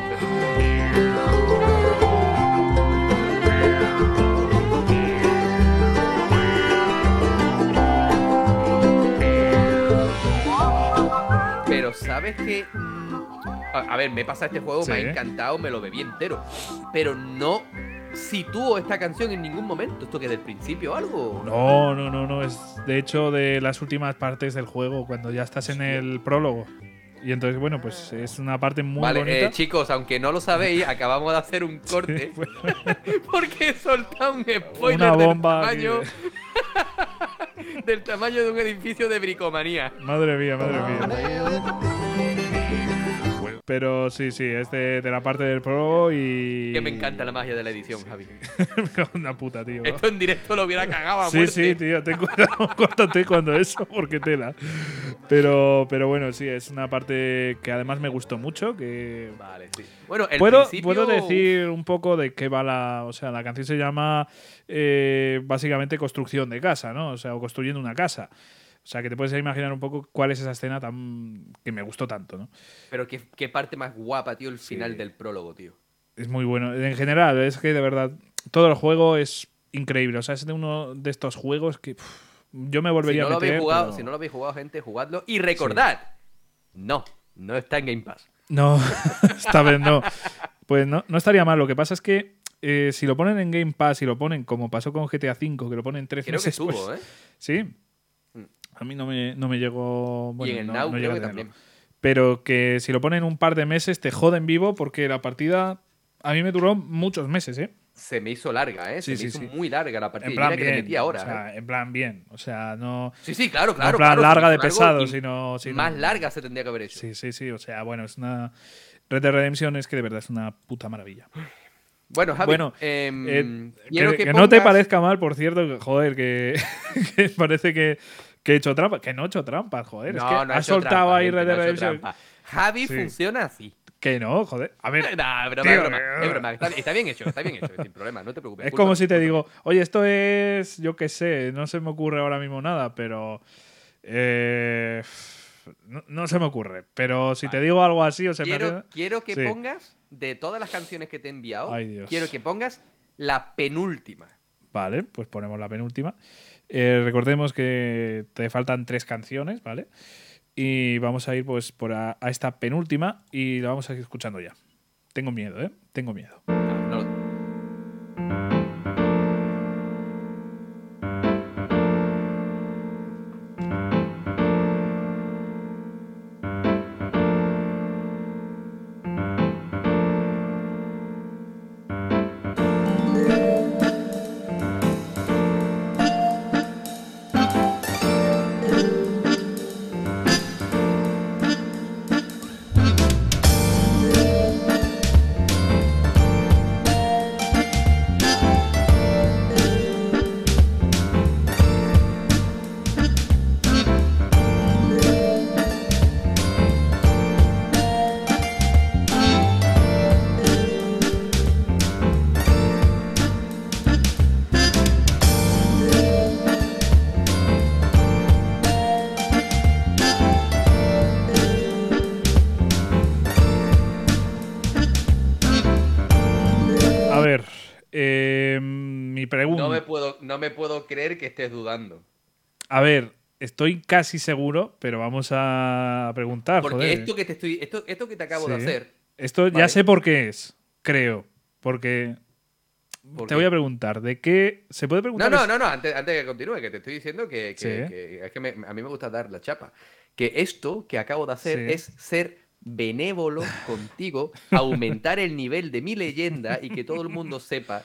S2: Pero sabes que. A, a ver, me pasa este juego, me
S1: Sí.
S2: ha encantado, me lo bebí entero. Pero no sitúo esta canción en ningún momento. Esto que del principio o algo.
S1: No, no, no, no. Es de hecho de las últimas partes del juego, cuando ya estás en el prólogo. Y entonces, bueno, pues es una parte muy
S2: vale, eh,
S1: bonita.
S2: chicos, aunque no lo sabéis, acabamos de hacer un corte. Porque he soltado un spoiler
S1: Una bomba
S2: del, tamaño, del tamaño de un edificio de bricomanía.
S1: madre mía, madre mía. Pero sí, sí, es de, de la parte del prólogo y.
S2: Que me encanta la magia de la edición, Javi.
S1: Me cago en la puta, tío.
S2: Esto en directo lo hubiera cagado a
S1: Sí,
S2: muerte.
S1: sí, tío, ten cuidado, córtate cuando eso, porque tela. Pero, pero bueno, sí, es una parte que además me gustó mucho, que
S2: Vale, sí. Bueno, el
S1: ¿Puedo,
S2: principio-
S1: puedo decir un poco de qué va la. O sea, la canción se llama eh, básicamente construcción de casa, ¿no? O sea, o construyendo una casa. O sea, que te puedes imaginar un poco cuál es esa escena tan, que me gustó tanto, ¿no?
S2: Pero qué, qué parte más guapa, tío, el final del prólogo, tío.
S1: Es muy bueno. En general, es que de verdad, todo el juego es increíble. O sea, es de uno de estos juegos que pff, yo me
S2: Si
S1: volvería
S2: no,
S1: a
S2: lo
S1: meter.
S2: habéis jugado,
S1: pero-
S2: si no lo habéis jugado, gente, jugadlo. Y recordad, no, no está en Game Pass.
S1: No, esta vez no. Pues no, no estaría mal. Lo que pasa es que eh, si lo ponen en Game Pass y lo ponen como pasó con GTA V, que lo ponen tres
S2: Creo que
S1: meses
S2: estuvo,
S1: pues-
S2: ¿eh?
S1: Sí. A mí no me, no me llegó. Bueno,
S2: Mm. en el
S1: no,
S2: Now
S1: no
S2: creo
S1: llegué a
S2: que
S1: tenerlo.
S2: también.
S1: Pero que si lo ponen un par de meses te joden vivo porque la partida a mí me duró muchos meses, ¿eh?
S2: se me hizo larga, ¿eh?
S1: Sí,
S2: se me
S1: sí,
S2: hizo
S1: sí.
S2: muy larga la partida.
S1: En
S2: Y
S1: plan
S2: Mira que le
S1: bien.
S2: metí ahora.
S1: o
S2: ¿eh?
S1: sea, en plan bien. O sea, no,
S2: Sí, sí, claro,
S1: no en
S2: claro.
S1: plan
S2: claro,
S1: larga
S2: sin
S1: de
S2: embargo,
S1: pesado,
S2: y
S1: sino, sino-
S2: Más larga se tendría que haber hecho.
S1: Sí, sí, sí. O sea, bueno, es una. Red de Redemption es que de verdad es una puta maravilla.
S2: Bueno, Javi,
S1: Bueno,
S2: em,
S1: Eh,
S2: quiero
S1: que,
S2: que,
S1: que no te
S2: pongas-
S1: parezca mal, por cierto, que, joder, que, que parece que, que he hecho trampa. Que no he hecho trampa, joder.
S2: No,
S1: ¿eh? es que
S2: no he
S1: has
S2: hecho
S1: soltado
S2: trampa,
S1: ahí
S2: gente,
S1: Red
S2: no
S1: Dead
S2: he hecho
S1: Redemption.
S2: trampa. Javi
S1: Sí.
S2: funciona así.
S1: que no, joder. A ver,
S2: No, es broma,
S1: Tío,
S2: es broma,
S1: eh.
S2: es broma. Está, bien- está bien hecho, está bien hecho, sin problema, no te preocupes.
S1: es
S2: disculpa.
S1: como si te digo, oye, esto es, yo qué sé, no se me ocurre ahora mismo nada, pero... eh, no, no se me ocurre, pero si te digo algo así o se me...
S2: Quiero,
S1: hace-
S2: quiero que
S1: Sí.
S2: pongas, de todas las canciones que te he enviado,
S1: Ay, Dios.
S2: quiero que pongas la penúltima.
S1: Vale, pues ponemos la penúltima. Eh, recordemos que te faltan tres canciones, ¿vale? Y vamos a ir pues por a, a esta penúltima y la vamos a ir escuchando ya. Tengo miedo, ¿eh? Tengo miedo.
S2: No, no.
S1: A ver, eh, mi pregunta...
S2: No me puedo, no me puedo creer que estés dudando.
S1: A ver, estoy casi seguro, pero vamos a preguntar,
S2: Porque
S1: Ah, joder.
S2: esto que te estoy, esto, esto que te acabo de
S1: Sí.
S2: hacer,
S1: Esto ya
S2: Vale.
S1: sé por qué es, creo. Porque
S2: ¿Por
S1: te
S2: qué?
S1: voy a preguntar, ¿de qué se puede
S2: No,
S1: preguntar?
S2: no,
S1: es-
S2: no, no, antes, antes de que continúe, que te estoy diciendo que, que-
S1: Sí.
S2: que- es que me- a mí me gusta dar la chapa. Que esto que acabo de hacer
S1: Sí.
S2: es ser benévolo contigo, aumentar el nivel de mi leyenda y que todo el mundo sepa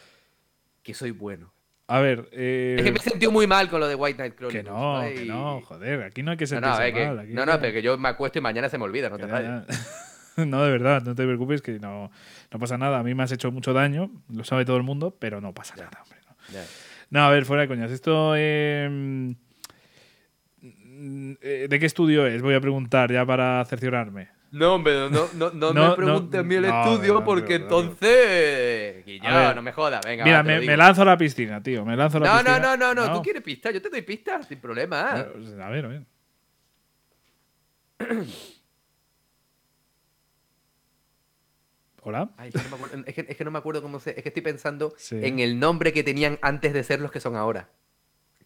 S2: que soy bueno.
S1: A ver, eh,
S2: Es que me he sentido muy mal con lo de White Knight Chronicles.
S1: que no,
S2: ¿vale?
S1: que
S2: Y-
S1: no, joder, aquí no hay que
S2: No,
S1: sentirse
S2: no, a ver, que-
S1: mal, aquí
S2: no, no, pero que yo me acuesto y mañana se me olvida, no te
S1: Que
S2: rayes.
S1: ya- No, de verdad, no te preocupes, que no, no pasa nada. A mí me has hecho mucho daño, lo sabe todo el mundo, pero no pasa nada, hombre. No,
S2: Ya.
S1: No, a ver, fuera de coñas. Esto. eh, mm, eh, ¿De qué estudio es? Voy a preguntar ya para cerciorarme.
S2: No, hombre, no, no, no,
S1: No,
S2: me preguntes
S1: no,
S2: a mí el
S1: no,
S2: estudio
S1: no, no,
S2: porque
S1: no, no.
S2: entonces.
S1: A ver.
S2: Guillón, no me jodas, venga.
S1: Mira,
S2: va, te lo
S1: me,
S2: digo.
S1: me lanzo a la piscina, tío. Me lanzo a la
S2: No,
S1: piscina. Ah, pues,
S2: no, no, no, no, tú quieres pistas, yo te doy pistas, sin problema.
S1: A ver, a ver. Hola.
S2: Ay, es, que no me acuerdo, es que- es que no me acuerdo cómo se. Es que estoy pensando
S1: Sí.
S2: en el nombre que tenían antes de ser los que son ahora.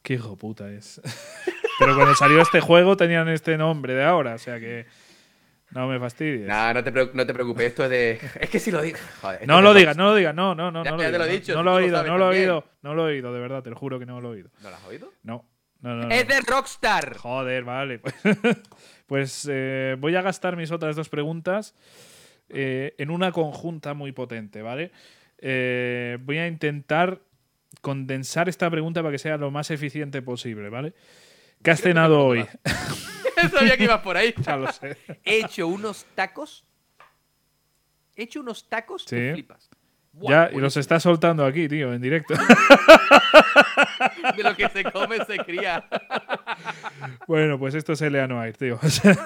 S1: Qué hijo de puta es. Pero cuando salió este juego tenían este nombre de ahora, o sea que. No me fastidies.
S2: No, no te, preocu- no te preocupes, esto es de. Es que si lo digo. joder, esto
S1: no
S2: es
S1: lo
S2: de-
S1: digas, no lo digas, no, no, no.
S2: Este Ya-
S1: no
S2: ya te
S1: digas,
S2: lo he
S1: no.
S2: dicho,
S1: no
S2: tú
S1: lo
S2: lo
S1: he oído,
S2: sabes
S1: no lo he
S2: también.
S1: oído, no lo he oído, de verdad, te lo juro que no lo he oído.
S2: ¿No lo has oído?
S1: No, no, no. no.
S2: Es de Rockstar.
S1: Joder, vale. Pues, pues, eh, voy a gastar mis otras dos preguntas eh, en una conjunta muy potente, ¿vale? Eh, voy a intentar condensar esta pregunta para que sea lo más eficiente posible, ¿vale? ¿Qué has cenado hoy?
S2: Sabía que ibas por ahí.
S1: ya lo sé.
S2: He hecho unos tacos. He hecho unos tacos
S1: Sí.
S2: que flipas. Buah,
S1: ya, y los
S2: buenísimo.
S1: está soltando aquí, tío, en directo.
S2: De lo que se come se cría.
S1: bueno, pues esto es L.A. Noir, tío. O sea,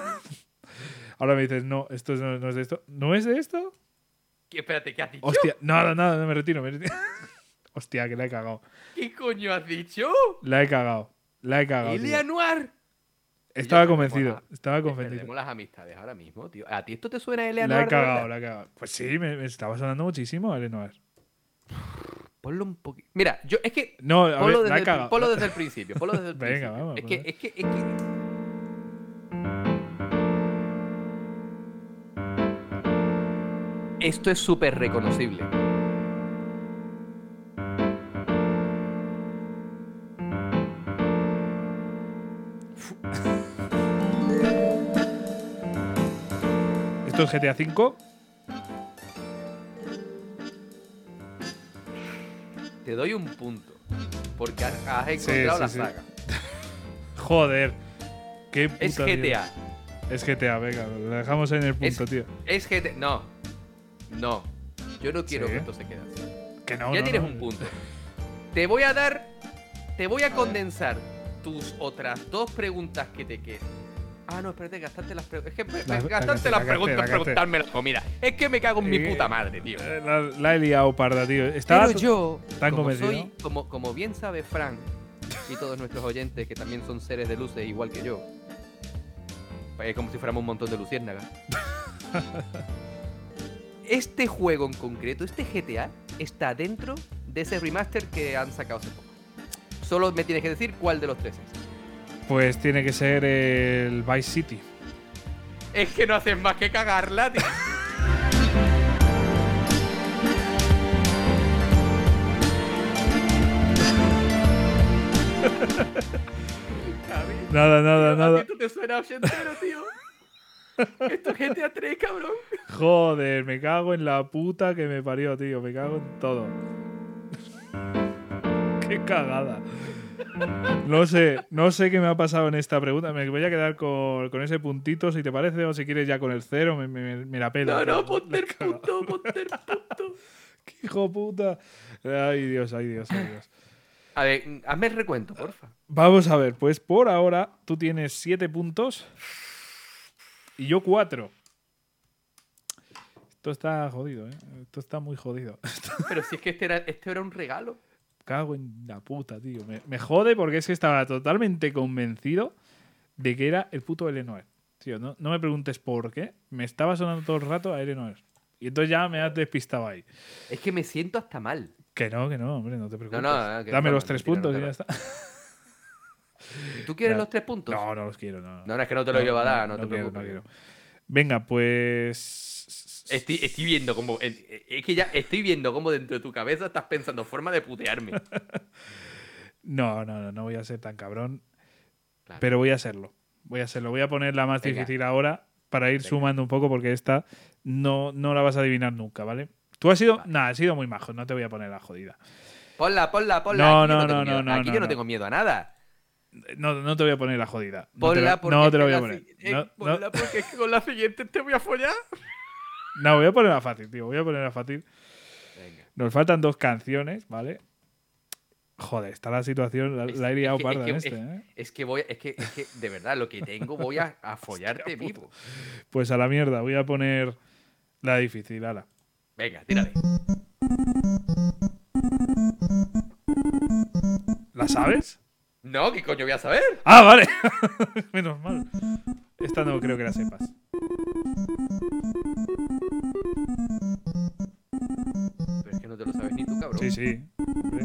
S1: Ahora me dices, no, esto no, no es de esto. ¿No es de esto?
S2: ¿Qué- espérate, ¿qué has dicho?
S1: Hostia, nada, nada, me retiro, me retiro. Hostia, que la he cagado.
S2: ¿Qué coño has dicho?
S1: La he cagado. La he cagado. Ah, tío.
S2: Elia Noir.
S1: Estaba
S2: Oye,
S1: convencido.
S2: perdemos
S1: Estaba
S2: Perdemos
S1: convencido.
S2: las amistades ahora mismo, tío. ¿A ti esto te suena Elia
S1: La
S2: Noir?
S1: he
S2: de verdad?
S1: cagado, la he cagado. Pues sí, me, me estaba sonando muchísimo el Noir.
S2: Ponlo un poquito. Mira, yo es que.
S1: No, a
S2: Ponlo,
S1: ver, la
S2: desde
S1: he
S2: el, pri-
S1: cagado.
S2: ponlo desde el principio. Ponlo desde el
S1: Venga,
S2: principio.
S1: vamos,
S2: Es que,
S1: pues.
S2: es que, es que. Esto es súper reconocible.
S1: Esto es GTA V.
S2: te doy un punto. Porque has, has
S1: Sí,
S2: encontrado
S1: sí,
S2: la
S1: sí.
S2: saga.
S1: Joder. Qué puta
S2: Es GTA.
S1: mierda. Es GTA, venga, lo dejamos en el
S2: Es-
S1: punto, tío.
S2: Es GTA. No. No. Yo no quiero
S1: Sí.
S2: que esto se quede así.
S1: Que no,
S2: ya
S1: no,
S2: tienes
S1: no.
S2: un punto. Te voy a dar. Te voy a, condensar tus otras dos preguntas que te quedan. Ah, no, espérate, gastarte las preguntas. Es que me-
S1: La- la
S2: me-
S1: gasté, la
S2: gastarte las
S1: gasté,
S2: preguntas,
S1: la gasté.
S2: preguntarme la comida. Es que me cago en mi
S1: Eh,
S2: puta madre, tío.
S1: Eh, La, la he liado parda, tío. Estaba
S6: Pero yo,
S1: tan
S2: como
S1: convencido.
S2: soy- como, como bien sabe Frank y todos nuestros oyentes, que también son seres de luces igual que yo, es como si fuéramos un montón de luciérnagas. este juego en concreto, este GTA, está dentro de ese remaster que han sacado hace poco. Solo me tienes que decir cuál de los tres es.
S1: Pues tiene que ser el Vice City.
S2: Es que no haces más que cagarla, tío.
S1: Nada, nada,
S2: A
S1: nada.
S2: ti tú te suena ochentero, tío. Esto es GTA 3, cabrón.
S1: Joder, me cago en la puta que me parió, tío. Me cago en todo. qué cagada. No sé, no sé qué me ha pasado en esta pregunta. Me voy a quedar con, con ese puntito, si te parece, o si quieres ya con el cero, me, me- me la pela.
S2: No, no,
S1: tío.
S2: ponte el
S1: Me cago.
S2: punto, ponte el punto.
S1: ¡Qué hijo puta! Ay, Dios, ay, Dios, ay, Dios.
S2: A ver, mm, hazme el recuento, porfa.
S1: Vamos a ver, pues por ahora tú tienes 7 puntos y yo 4. Esto está jodido, ¿eh? Esto está muy jodido.
S2: Pero si es que este era, este era un regalo.
S1: Cago en la puta, tío. Me, me jode porque es que estaba totalmente convencido de que era el puto Eleanor. E. Tío, no, no me preguntes por qué. Me estaba sonando todo el rato a Eleanor. E. Y entonces ya me has despistado ahí.
S2: Es que me siento hasta mal.
S1: Que no, que no, hombre, no te preocupes.
S2: no, eh, que
S1: Dame
S2: broma,
S1: los tres
S2: mentira, no
S1: puntos
S2: te
S1: y ya
S2: va.
S1: está.
S2: ¿Tú quieres
S1: Ya.
S2: los tres puntos?
S1: No, no los quiero, no.
S2: No, no, es que no te lo llevo a dar, no, te
S1: quiero,
S2: preocupes.
S1: no quiero. Venga, pues.
S2: Estoy, estoy viendo como. Es que ya estoy viendo como dentro de tu cabeza estás pensando forma de putearme.
S1: No, no, no, no voy a ser tan cabrón.
S2: Claro.
S1: Pero voy a hacerlo. Voy a hacerlo. Voy a poner la más
S2: Venga.
S1: difícil ahora para ir sumando un poco porque esta no, no la vas a adivinar nunca, ¿vale? Tú has sido. Nada, has sido muy majo. No te voy a poner la jodida.
S2: Ponla, ponla, ponla.
S1: No,
S2: Aquí yo
S1: no,
S2: tengo
S1: no,
S2: miedo.
S1: no,
S2: Aquí
S1: no,
S2: yo no
S1: no.
S2: tengo miedo a nada.
S1: No, no te voy a poner la jodida. No te,
S2: Ponla
S1: la-
S2: porque.
S1: no te la
S2: es
S1: voy
S2: que
S1: a
S2: la
S1: poner.
S2: si- eh,
S1: No, no,
S2: Ponla porque es que con la siguiente te voy a follar.
S1: no, voy a poner la fácil, tío. Voy a poner la fácil.
S2: Venga.
S1: Nos faltan dos canciones, ¿vale? Joder, está la situación. La, la he liado
S2: que-
S1: parda en
S2: es que-
S1: este, ¿eh?
S2: Es que voy, es que, es que de verdad lo que tengo voy a, a follarte vivo.
S1: Pues a la mierda, voy a poner la difícil, ala.
S2: Venga, tírale.
S1: ¿La sabes?
S2: No, ¿qué coño voy a saber?
S1: Ah, vale. Menos mal. Esta no creo que la sepas.
S2: Pero es que no te lo sabes ni tú, cabrón.
S1: Sí, sí. hombre.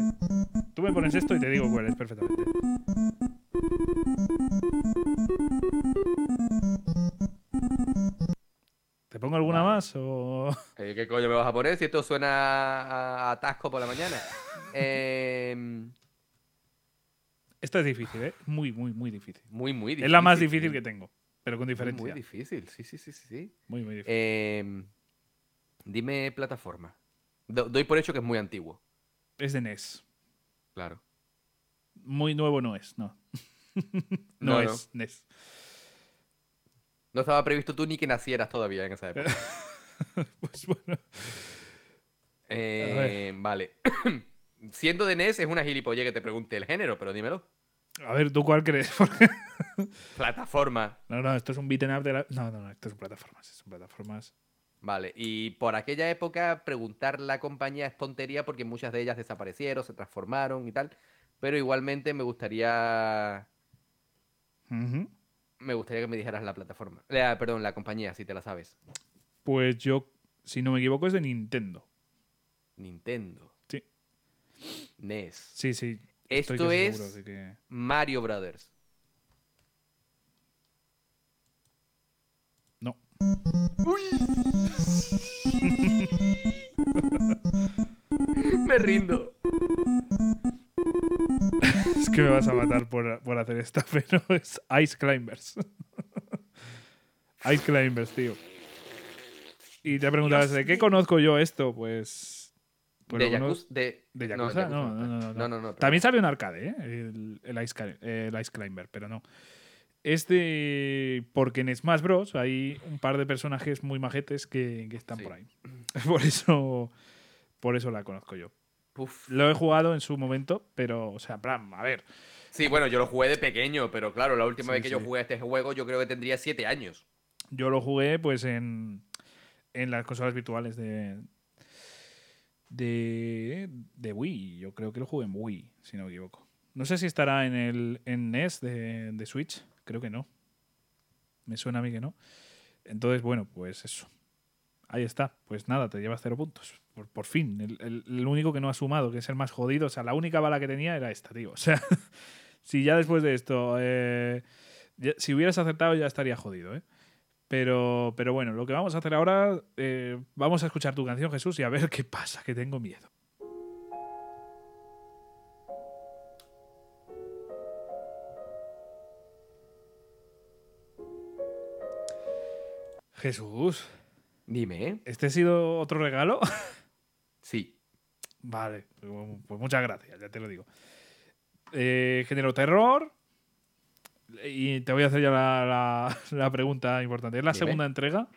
S1: Tú me pones esto y te digo cuál es perfectamente. ¿Te pongo alguna más o...?
S2: Eh, ¿Qué coño me vas a poner si esto suena a, a atasco por la mañana? Em,
S1: Esta es difícil, ¿eh? Muy, muy, muy difícil.
S2: muy, muy difícil.
S1: Es la más difícil que tengo, pero con diferencia.
S2: Muy
S1: Muy,
S2: difícil, sí, sí, sí, sí. sí.
S1: muy, difícil.
S2: Em, dime plataforma. Do- doy por hecho que es muy antiguo.
S1: Es de NES.
S2: Claro.
S1: Muy nuevo no es, no. no,
S2: No, no.
S1: es E NES.
S2: No estaba previsto tú ni que nacieras todavía en esa época.
S1: Pues bueno.
S2: Eh, vale. Siendo de NES es una gilipolle que te pregunte el género, pero dímelo.
S1: A ver, ¿tú cuál crees? Porque-
S2: Plataforma.
S1: No, no, esto es un beaten up de la. No, no, no, esto es plataformas. Son plataformas.
S2: Vale, y por aquella época preguntar la compañía es tontería porque muchas de ellas desaparecieron, se transformaron y tal, pero igualmente me gustaría
S1: Ujú.
S2: me gustaría que me dijeras la plataforma, la- perdón, la compañía, si te la sabes.
S1: Pues yo, si no me equivoco, es de Nintendo.
S2: Nintendo,
S1: Sí,
S2: E NES,
S1: sí, sí.
S2: Esto
S1: casi
S2: es-
S1: seguro de que-
S2: Mario Brothers.
S1: No.
S2: Me rindo.
S1: Es que me vas a matar por, por hacer esta, pero es Ice Climbers. Ice Climbers, tío. Y te preguntabas, ¿de qué conozco yo esto? Pues. por lo
S2: de
S1: menos-
S2: Yakuza. De,
S1: ¿De
S2: no,
S1: Yakuza? No, no,
S2: no,
S1: no, no.
S2: no, no, no, perdón.
S1: También sale un arcade, ¿eh? el, el Ice, Cli- eh, el Ice Climber, pero no. Este, porque en Smash Bros. hay un par de personajes muy majetes que, que están
S2: Sí.
S1: por ahí. Por eso, por eso la conozco yo.
S2: Puf.
S1: Lo he jugado en su momento, pero, o sea, en plan, a ver.
S2: Sí, bueno, yo lo jugué de pequeño, pero claro, la última
S1: Sí,
S2: vez que yo
S1: sí.
S2: jugué a este juego yo creo que tendría siete años.
S1: Yo lo jugué, pues, en, en las consolas virtuales de, de, de Wii. Yo creo que lo jugué en Wii, si no me equivoco. No sé si estará en el en NES de, de Switch. Creo que no. Me suena a mí que no. Entonces, bueno, pues eso. Ahí está. Pues nada, te llevas cero puntos. Por, por fin. El, el- el único que no ha sumado, que es el más jodido. O sea, la única bala que tenía era esta, tío. O sea, si ya después de esto. eh, ya- si hubieras acertado, ya estaría jodido, ¿eh? Pero, pero bueno, lo que vamos a hacer ahora, eh, vamos a escuchar tu canción, Jesús, y a ver qué pasa, que tengo miedo. Jesús,
S2: Dime, ¿eh?
S1: ¿este ha sido otro regalo?
S2: Sí.
S1: vale, pues, mu- pues muchas gracias, ya te lo digo. Eh, género terror. Y te voy a hacer ya la, la- la pregunta importante. ¿Es la
S2: Dime.
S1: segunda entrega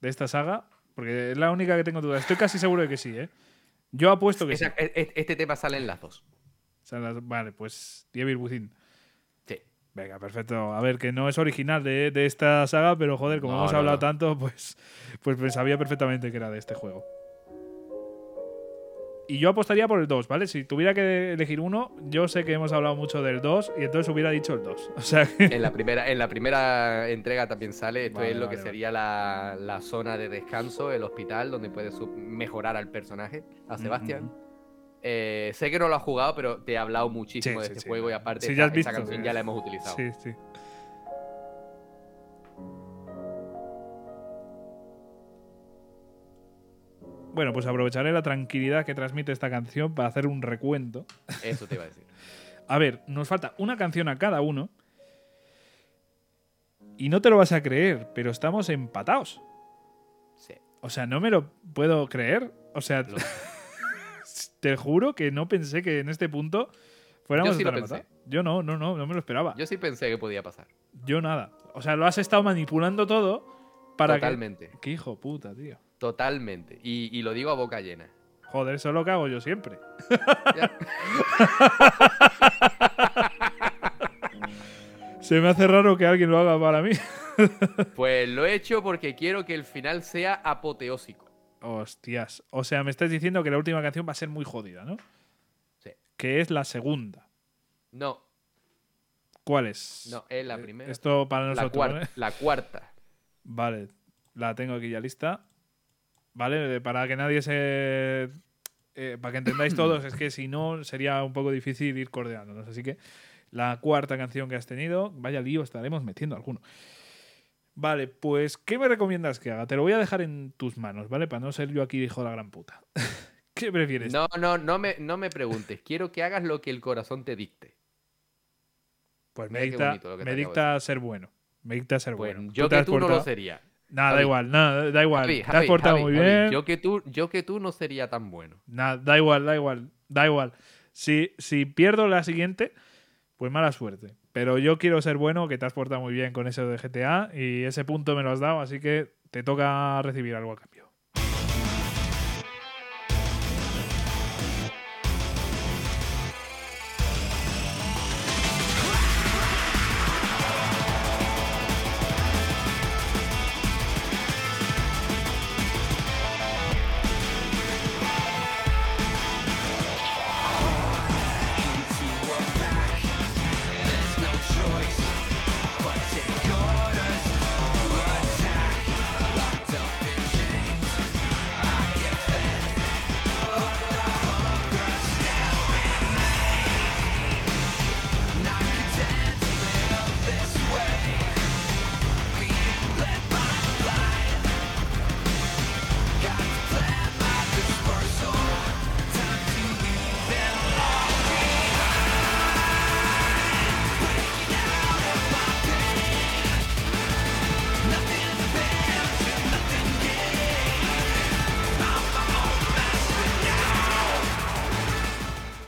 S1: de esta saga? Porque es la única que tengo duda. Estoy casi seguro de que sí, ¿eh? Yo apuesto que Pues sí.
S2: Esa- e- e- este tema sale en las dos.
S1: O sea, las- vale, pues Dievil Within.
S2: Sí.
S1: Venga, perfecto. A ver, que no es original de, de esta saga, pero joder, como
S2: No,
S1: hemos
S2: no,
S1: hablado
S2: no.
S1: tanto, pues, pues me sabía perfectamente que era de este juego. Y yo apostaría por el 2, ¿vale? Si tuviera que elegir uno, yo sé que hemos hablado mucho del 2 y entonces hubiera dicho el 2. O sea, que-
S2: En la primera, en la primera entrega también sale. Esto
S1: Vale,
S2: es lo
S1: vale,
S2: que
S1: vale.
S2: sería la, la zona de descanso, el hospital, donde puedes sub- mejorar al personaje, a Sebastián. Eh, sé que no lo has jugado, pero te he hablado muchísimo de
S1: sí,
S2: este
S1: sí.
S2: juego y aparte
S1: Sí,
S2: esta,
S1: ya has
S2: esta
S1: visto,
S2: canción
S1: sí.
S2: ya la hemos utilizado.
S1: sí, sí. Bueno, pues aprovecharé la tranquilidad que transmite esta canción para hacer un recuento.
S2: Eso te iba a decir.
S1: A ver, nos falta una canción a cada uno. Y no te lo vas a creer, pero estamos empatados.
S2: Sí.
S1: O sea, no me lo puedo creer. O sea,
S2: Lo-
S1: te juro que no pensé que en este punto fuéramos
S2: Yo sí
S1: a estar
S2: lo pensé.
S1: empatados. Yo no, no, no, no me lo esperaba. Yo,
S2: Yo sí pensé que podía pasar.
S1: nada. O sea, lo has estado manipulando todo para
S2: totalmente,
S1: que. Qué hijo puta, tío.
S2: totalmente. Y, y lo digo a boca llena.
S1: Joder, eso es lo que hago yo siempre.
S2: Ya.
S1: Se me hace raro que alguien lo haga para mí.
S2: Pues lo he hecho porque quiero que el final sea apoteósico.
S1: Hostias. O sea, me estás diciendo que la última canción va a ser muy jodida, ¿no?
S2: Sí.
S1: Que es la segunda.
S2: No,
S1: ¿Cuál es?
S2: No, es la primera.
S1: Eh, Esto para
S2: la,
S1: nosotros.
S2: cuar-
S1: ¿vale?
S2: la cuarta.
S1: Vale, la tengo aquí ya lista. Vale, eh, para que nadie se. eh, para que entendáis todos, es que si no sería un poco difícil ir coordinándonos. Así que la cuarta canción que has tenido, vaya lío, estaremos metiendo alguno. Vale, pues, ¿qué me recomiendas que haga? Te lo voy a dejar en tus manos, ¿vale? Para no ser yo aquí hijo de la gran puta. ¿Qué prefieres?
S2: No, no, no me, no me preguntes. Quiero que hagas lo que el corazón te dicte.
S1: pues me
S2: mira qué
S1: dicta,
S2: bonito lo que te
S1: me
S2: acabo
S1: dicta ser bueno. Me dicta ser
S2: Pues
S1: bueno.
S2: yo
S1: te
S2: que
S1: has
S2: tú no lo
S1: portado-
S2: sería.
S1: Nada, da
S2: Javi.
S1: igual, nada, da igual.
S2: Javi,
S1: te has
S2: Javi,
S1: portado
S2: Javi,
S1: muy
S2: Javi,
S1: bien.
S2: Yo que, tú, yo que tú no sería tan bueno.
S1: Nada, da igual, da igual, da igual. Si, si pierdo la siguiente, pues mala suerte. Pero yo quiero ser bueno, que te has portado muy bien con eso de GTA y ese punto me lo has dado, así que te toca recibir algo a cambio.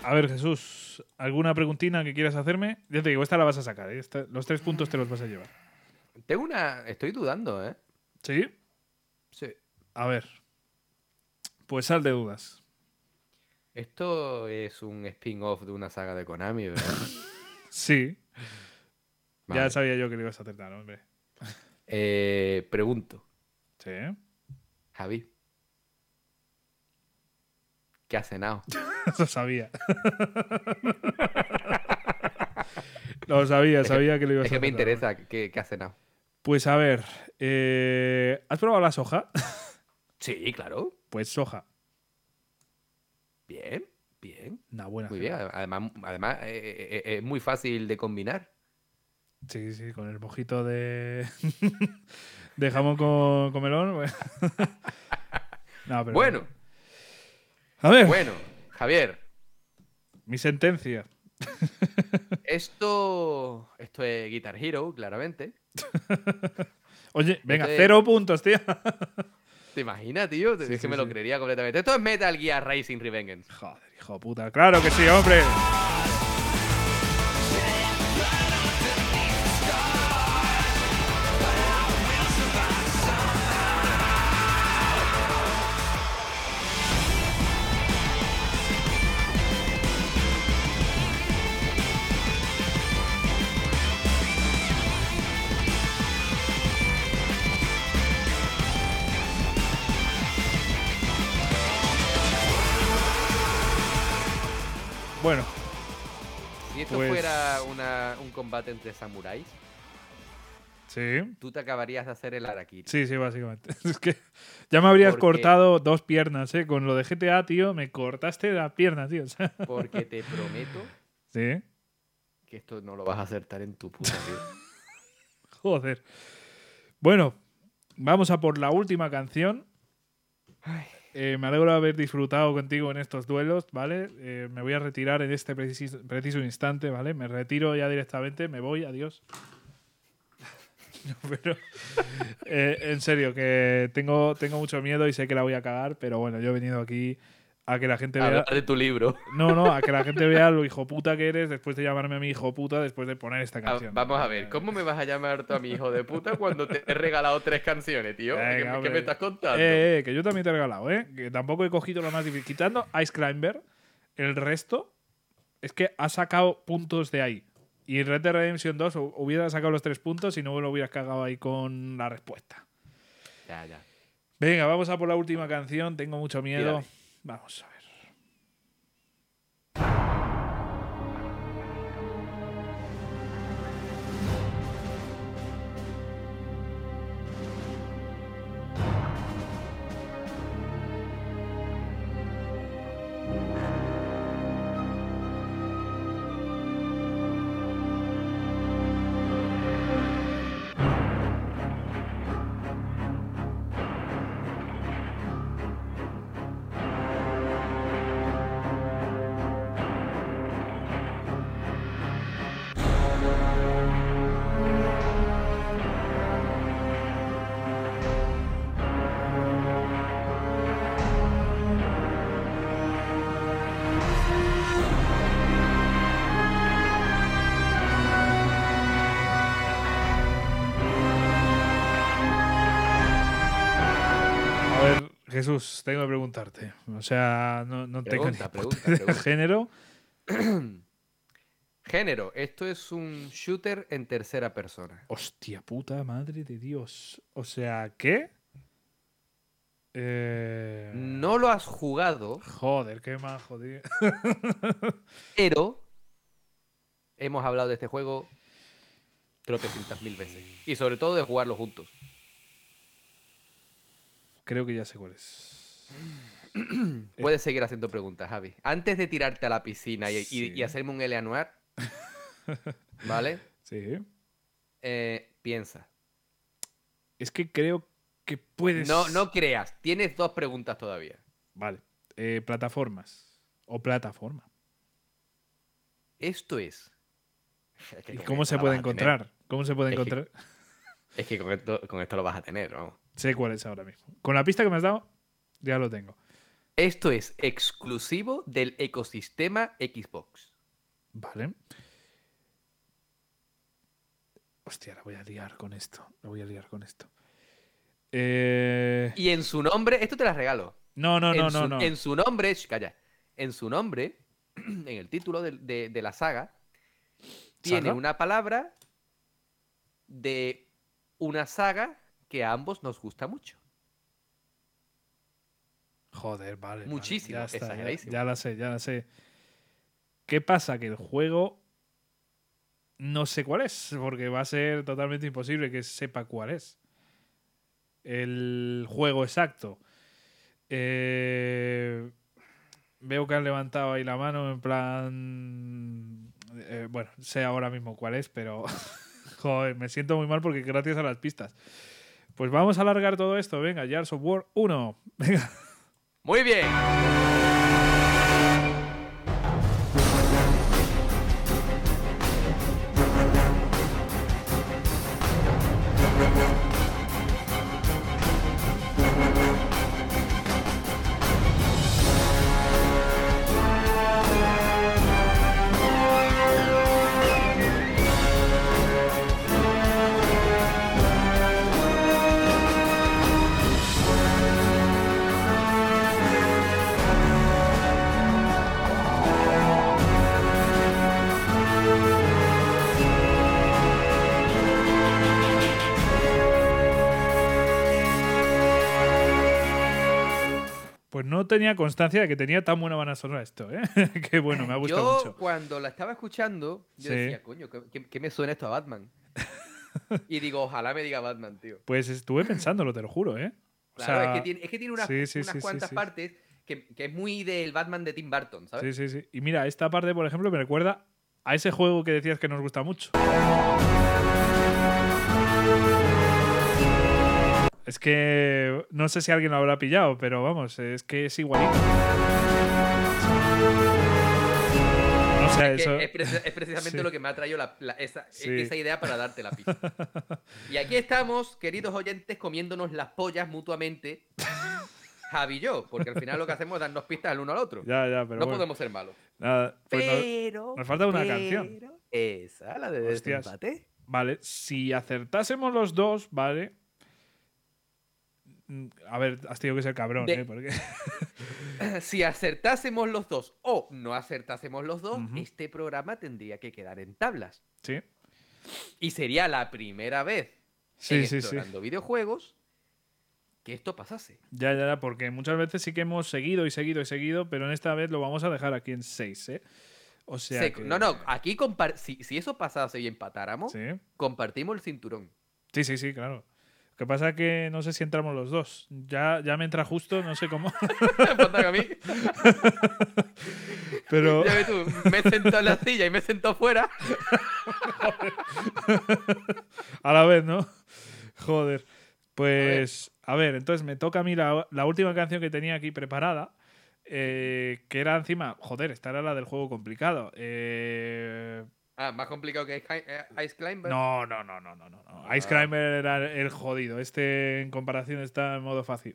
S1: A ver, Jesús, ¿alguna preguntina que quieras hacerme? Ya te digo, esta la vas a sacar, ¿eh? Esta- los tres puntos te los vas a llevar.
S2: Tengo una. Estoy dudando, ¿eh?
S1: ¿Sí?
S2: Sí.
S1: A ver. Pues sal de dudas.
S2: Esto es un spin-off de una saga de Konami, ¿verdad?
S1: Sí. Ya
S2: Vale.
S1: sabía yo que lo ibas a acertar, hombre.
S2: Eh, pregunto,
S1: Sí.
S2: Javi. ¿Qué has cenado?
S1: Lo sabía. lo sabía, sabía que lo ibas
S2: Es
S1: a
S2: que me
S1: acertar.
S2: interesa qué, qué has cenado.
S1: Pues a ver. eh, ¿Has probado la soja?
S2: Sí, claro.
S1: Pues soja.
S2: Bien, bien.
S1: Una buena.
S2: Muy bien.
S1: cena.
S2: Además, además eh, eh, eh, es muy fácil de combinar.
S1: Sí, sí, con el mojito de. de jamón con, con melón. bueno. No, pero-
S2: Bueno,
S1: A ver,
S2: bueno, Javier.
S1: mi sentencia.
S2: Esto, esto es Guitar Hero, claramente.
S1: Oye, venga,
S2: Entonces-
S1: cero puntos, tío.
S2: ¿Te imaginas, tío?
S1: Sí,
S2: es
S1: sí,
S2: que me lo
S1: sí.
S2: creería completamente. Esto es Metal Gear Racing Revengeance.
S1: Joder, hijo de puta. Claro que sí, hombre. Bueno,
S2: Si esto
S1: Pues-
S2: fuera una- un combate entre samuráis,
S1: sí.
S2: tú te acabarías de hacer el Arakiri.
S1: Sí, sí, básicamente. Es que ya me habrías
S2: Porque-
S1: cortado dos piernas, ¿eh? Con lo de GTA, tío, me cortaste la pierna, tío. O sea,
S2: Porque te prometo
S1: sí,
S2: que esto no lo vas a acertar en tu puta vida.
S1: joder. Bueno, vamos a por la última canción. Eh, me alegro de haber disfrutado contigo en estos duelos, ¿vale? Eh, me voy a retirar en este preciso, preciso instante, ¿vale? Me retiro ya directamente, me voy, adiós. No, pero eh, en serio, que tengo, tengo mucho miedo y sé que la voy a cagar, pero bueno, yo he venido aquí a que la gente vea.
S2: Hablar de tu libro.
S1: No, no, a que la gente vea lo hijo puta que eres después de llamarme a mi hijo puta después de poner esta
S2: Ah,
S1: canción.
S2: Vamos a ver, ¿cómo me vas a llamar tú a mi hijo de puta cuando te he regalado tres canciones, tío? ¿Qué
S1: Venga,
S2: me- ¿Qué,
S1: hombre.
S2: me estás contando?
S1: Eh, eh, que yo también te he regalado, ¿eh? Que tampoco he cogido lo más difícil. Quitando Ice Climber, el resto es que ha sacado puntos de ahí. Y en Red Dead Redemption 2 hu- hubiera sacado los tres puntos y no lo hubieras cagado ahí con la respuesta.
S2: Ya, ya.
S1: Venga, vamos a por la última canción. Tengo mucho miedo.
S2: Tírale.
S1: Vamos a ver. A ver, Jesús, tengo que preguntarte. O sea, no, no tengo ni
S2: Pregunta,
S1: puta
S2: pregunta,
S1: idea de
S2: pregunta.
S1: género.
S2: Género, esto es un shooter en tercera persona.
S1: Hostia puta madre de Dios. O sea, ¿qué? Eh,
S2: No lo has jugado,
S1: Joder, qué más tío.
S2: pero hemos hablado de este juego tropecientas mil veces. Y sobre todo de jugarlo juntos.
S1: Creo que ya sé cuál es. Eh.
S2: Puedes seguir haciendo preguntas, Javi. Antes de tirarte a la piscina y, y-
S1: Sí.
S2: y hacerme un Eleanuar, ¿vale?
S1: Sí.
S2: Eh, piensa.
S1: Es que creo que puedes.
S2: No, no creas. Tienes dos preguntas todavía.
S1: Vale. Eh, plataformas. O plataforma.
S2: Esto es. Es que
S1: ¿Y
S2: con
S1: cómo
S2: esto
S1: se
S2: la
S1: puede
S2: vas a tener.
S1: encontrar? ¿Cómo se puede
S2: Es que-
S1: encontrar?
S2: Es que con esto, con esto lo vas a tener, ¿no?
S1: Sé cuál es ahora mismo. Con la pista que me has dado, ya lo tengo.
S2: Esto es exclusivo del ecosistema Xbox.
S1: Vale. Hostia, la voy a liar con esto. La voy a liar con esto. Eh,
S2: Y en su nombre, esto te la regalo.
S1: No, no, no,
S2: en,
S1: no,
S2: su,
S1: no.
S2: en su nombre, sh, calla, en su nombre, en el título del- de, de la saga, tiene
S1: ¿Saga?
S2: una palabra de una saga que a ambos nos gusta mucho.
S1: Joder, vale. vale,
S2: Muchísimo,
S1: ya, está, ya-
S2: exageradísimo.
S1: ya la sé, ya la sé. ¿Qué pasa? Que el juego. No sé cuál es, porque va a ser totalmente imposible que sepa cuál es. El juego exacto. Eh, veo que han levantado ahí la mano en plan. eh, bueno, sé ahora mismo cuál es, pero. Joder, me siento muy mal porque gracias a las pistas. Pues vamos a alargar todo esto. Venga, Jar Software 1. Venga.
S2: Muy bien.
S1: Pues no tenía constancia de que tenía tan buena banda sonora esto, ¿eh? Qué bueno, me ha gustado
S2: yo
S1: mucho.
S2: cuando la estaba escuchando, yo
S1: Sí.
S2: decía, coño, ¿qué, qué- qué me suena esto a Batman? y digo, ojalá me diga Batman, tío.
S1: Pues estuve pensándolo, te lo juro, ¿eh? O
S2: Claro,
S1: sea,
S2: es, que tiene, es que tiene unas,
S1: sí, sí,
S2: unas
S1: sí, sí,
S2: cuantas
S1: sí.
S2: partes que, que es muy del Batman de Tim Burton, ¿sabes?
S1: Sí, sí, sí. Y mira, esta parte, por ejemplo, me recuerda a ese juego que decías que nos gusta mucho. Es que no sé si alguien lo habrá pillado, pero vamos, es que es igualito. No sé,
S2: que
S1: eso.
S2: es, preci- es precisamente
S1: Sí.
S2: lo que me ha traído la- la- esa, e-,
S1: Sí.
S2: esa idea para darte la pista. y aquí estamos, queridos oyentes, comiéndonos las pollas mutuamente, Javi y yo, porque al final lo que hacemos es darnos pistas el uno al otro.
S1: Ya, ya, pero
S2: no
S1: bueno.
S2: podemos ser malos.
S1: Nada, pues no-
S2: pero.
S1: nos falta una canción.
S2: pero Esa, la de
S1: Hostias.
S2: desempate.
S1: Vale, si acertásemos los dos, vale. Mm, A ver, has tenido que ser cabrón,
S2: De-
S1: ¿eh? Porque...
S2: Si acertásemos los dos o no acertásemos los dos,
S1: Ujú.
S2: este programa tendría que quedar en tablas.
S1: Sí,
S2: Y sería la primera vez en
S1: sí, sí, sí.
S2: Explorando videojuegos que esto pasase.
S1: Ya, ya, ya, porque muchas veces sí que hemos seguido y seguido y seguido, pero en esta vez lo vamos a dejar aquí en 6, ¿eh? O sea.
S2: Se-
S1: que-
S2: No, no, aquí compar- si, si eso pasase y empatáramos,
S1: Sí.
S2: compartimos el cinturón.
S1: sí, sí, sí, claro. Lo que pasa es que no sé si entramos los dos. Ya, ya me entra justo, no sé cómo.
S2: Falta que a mí,
S1: Pero.
S2: ya ves tú, me he sentado en la silla y me he sentado fuera.
S1: A la vez, ¿no? Joder. Pues, a ver, entonces me toca a mí la, la última canción que tenía aquí preparada, eh, que era encima, joder, esta era la del juego complicado. Eh,
S2: Ah, más complicado que Hi- eh, Ice Climber.
S1: no, no, no, no, no, no. no. Ice
S2: Ah.
S1: Climber era el jodido. Este, en comparación, está en modo fácil.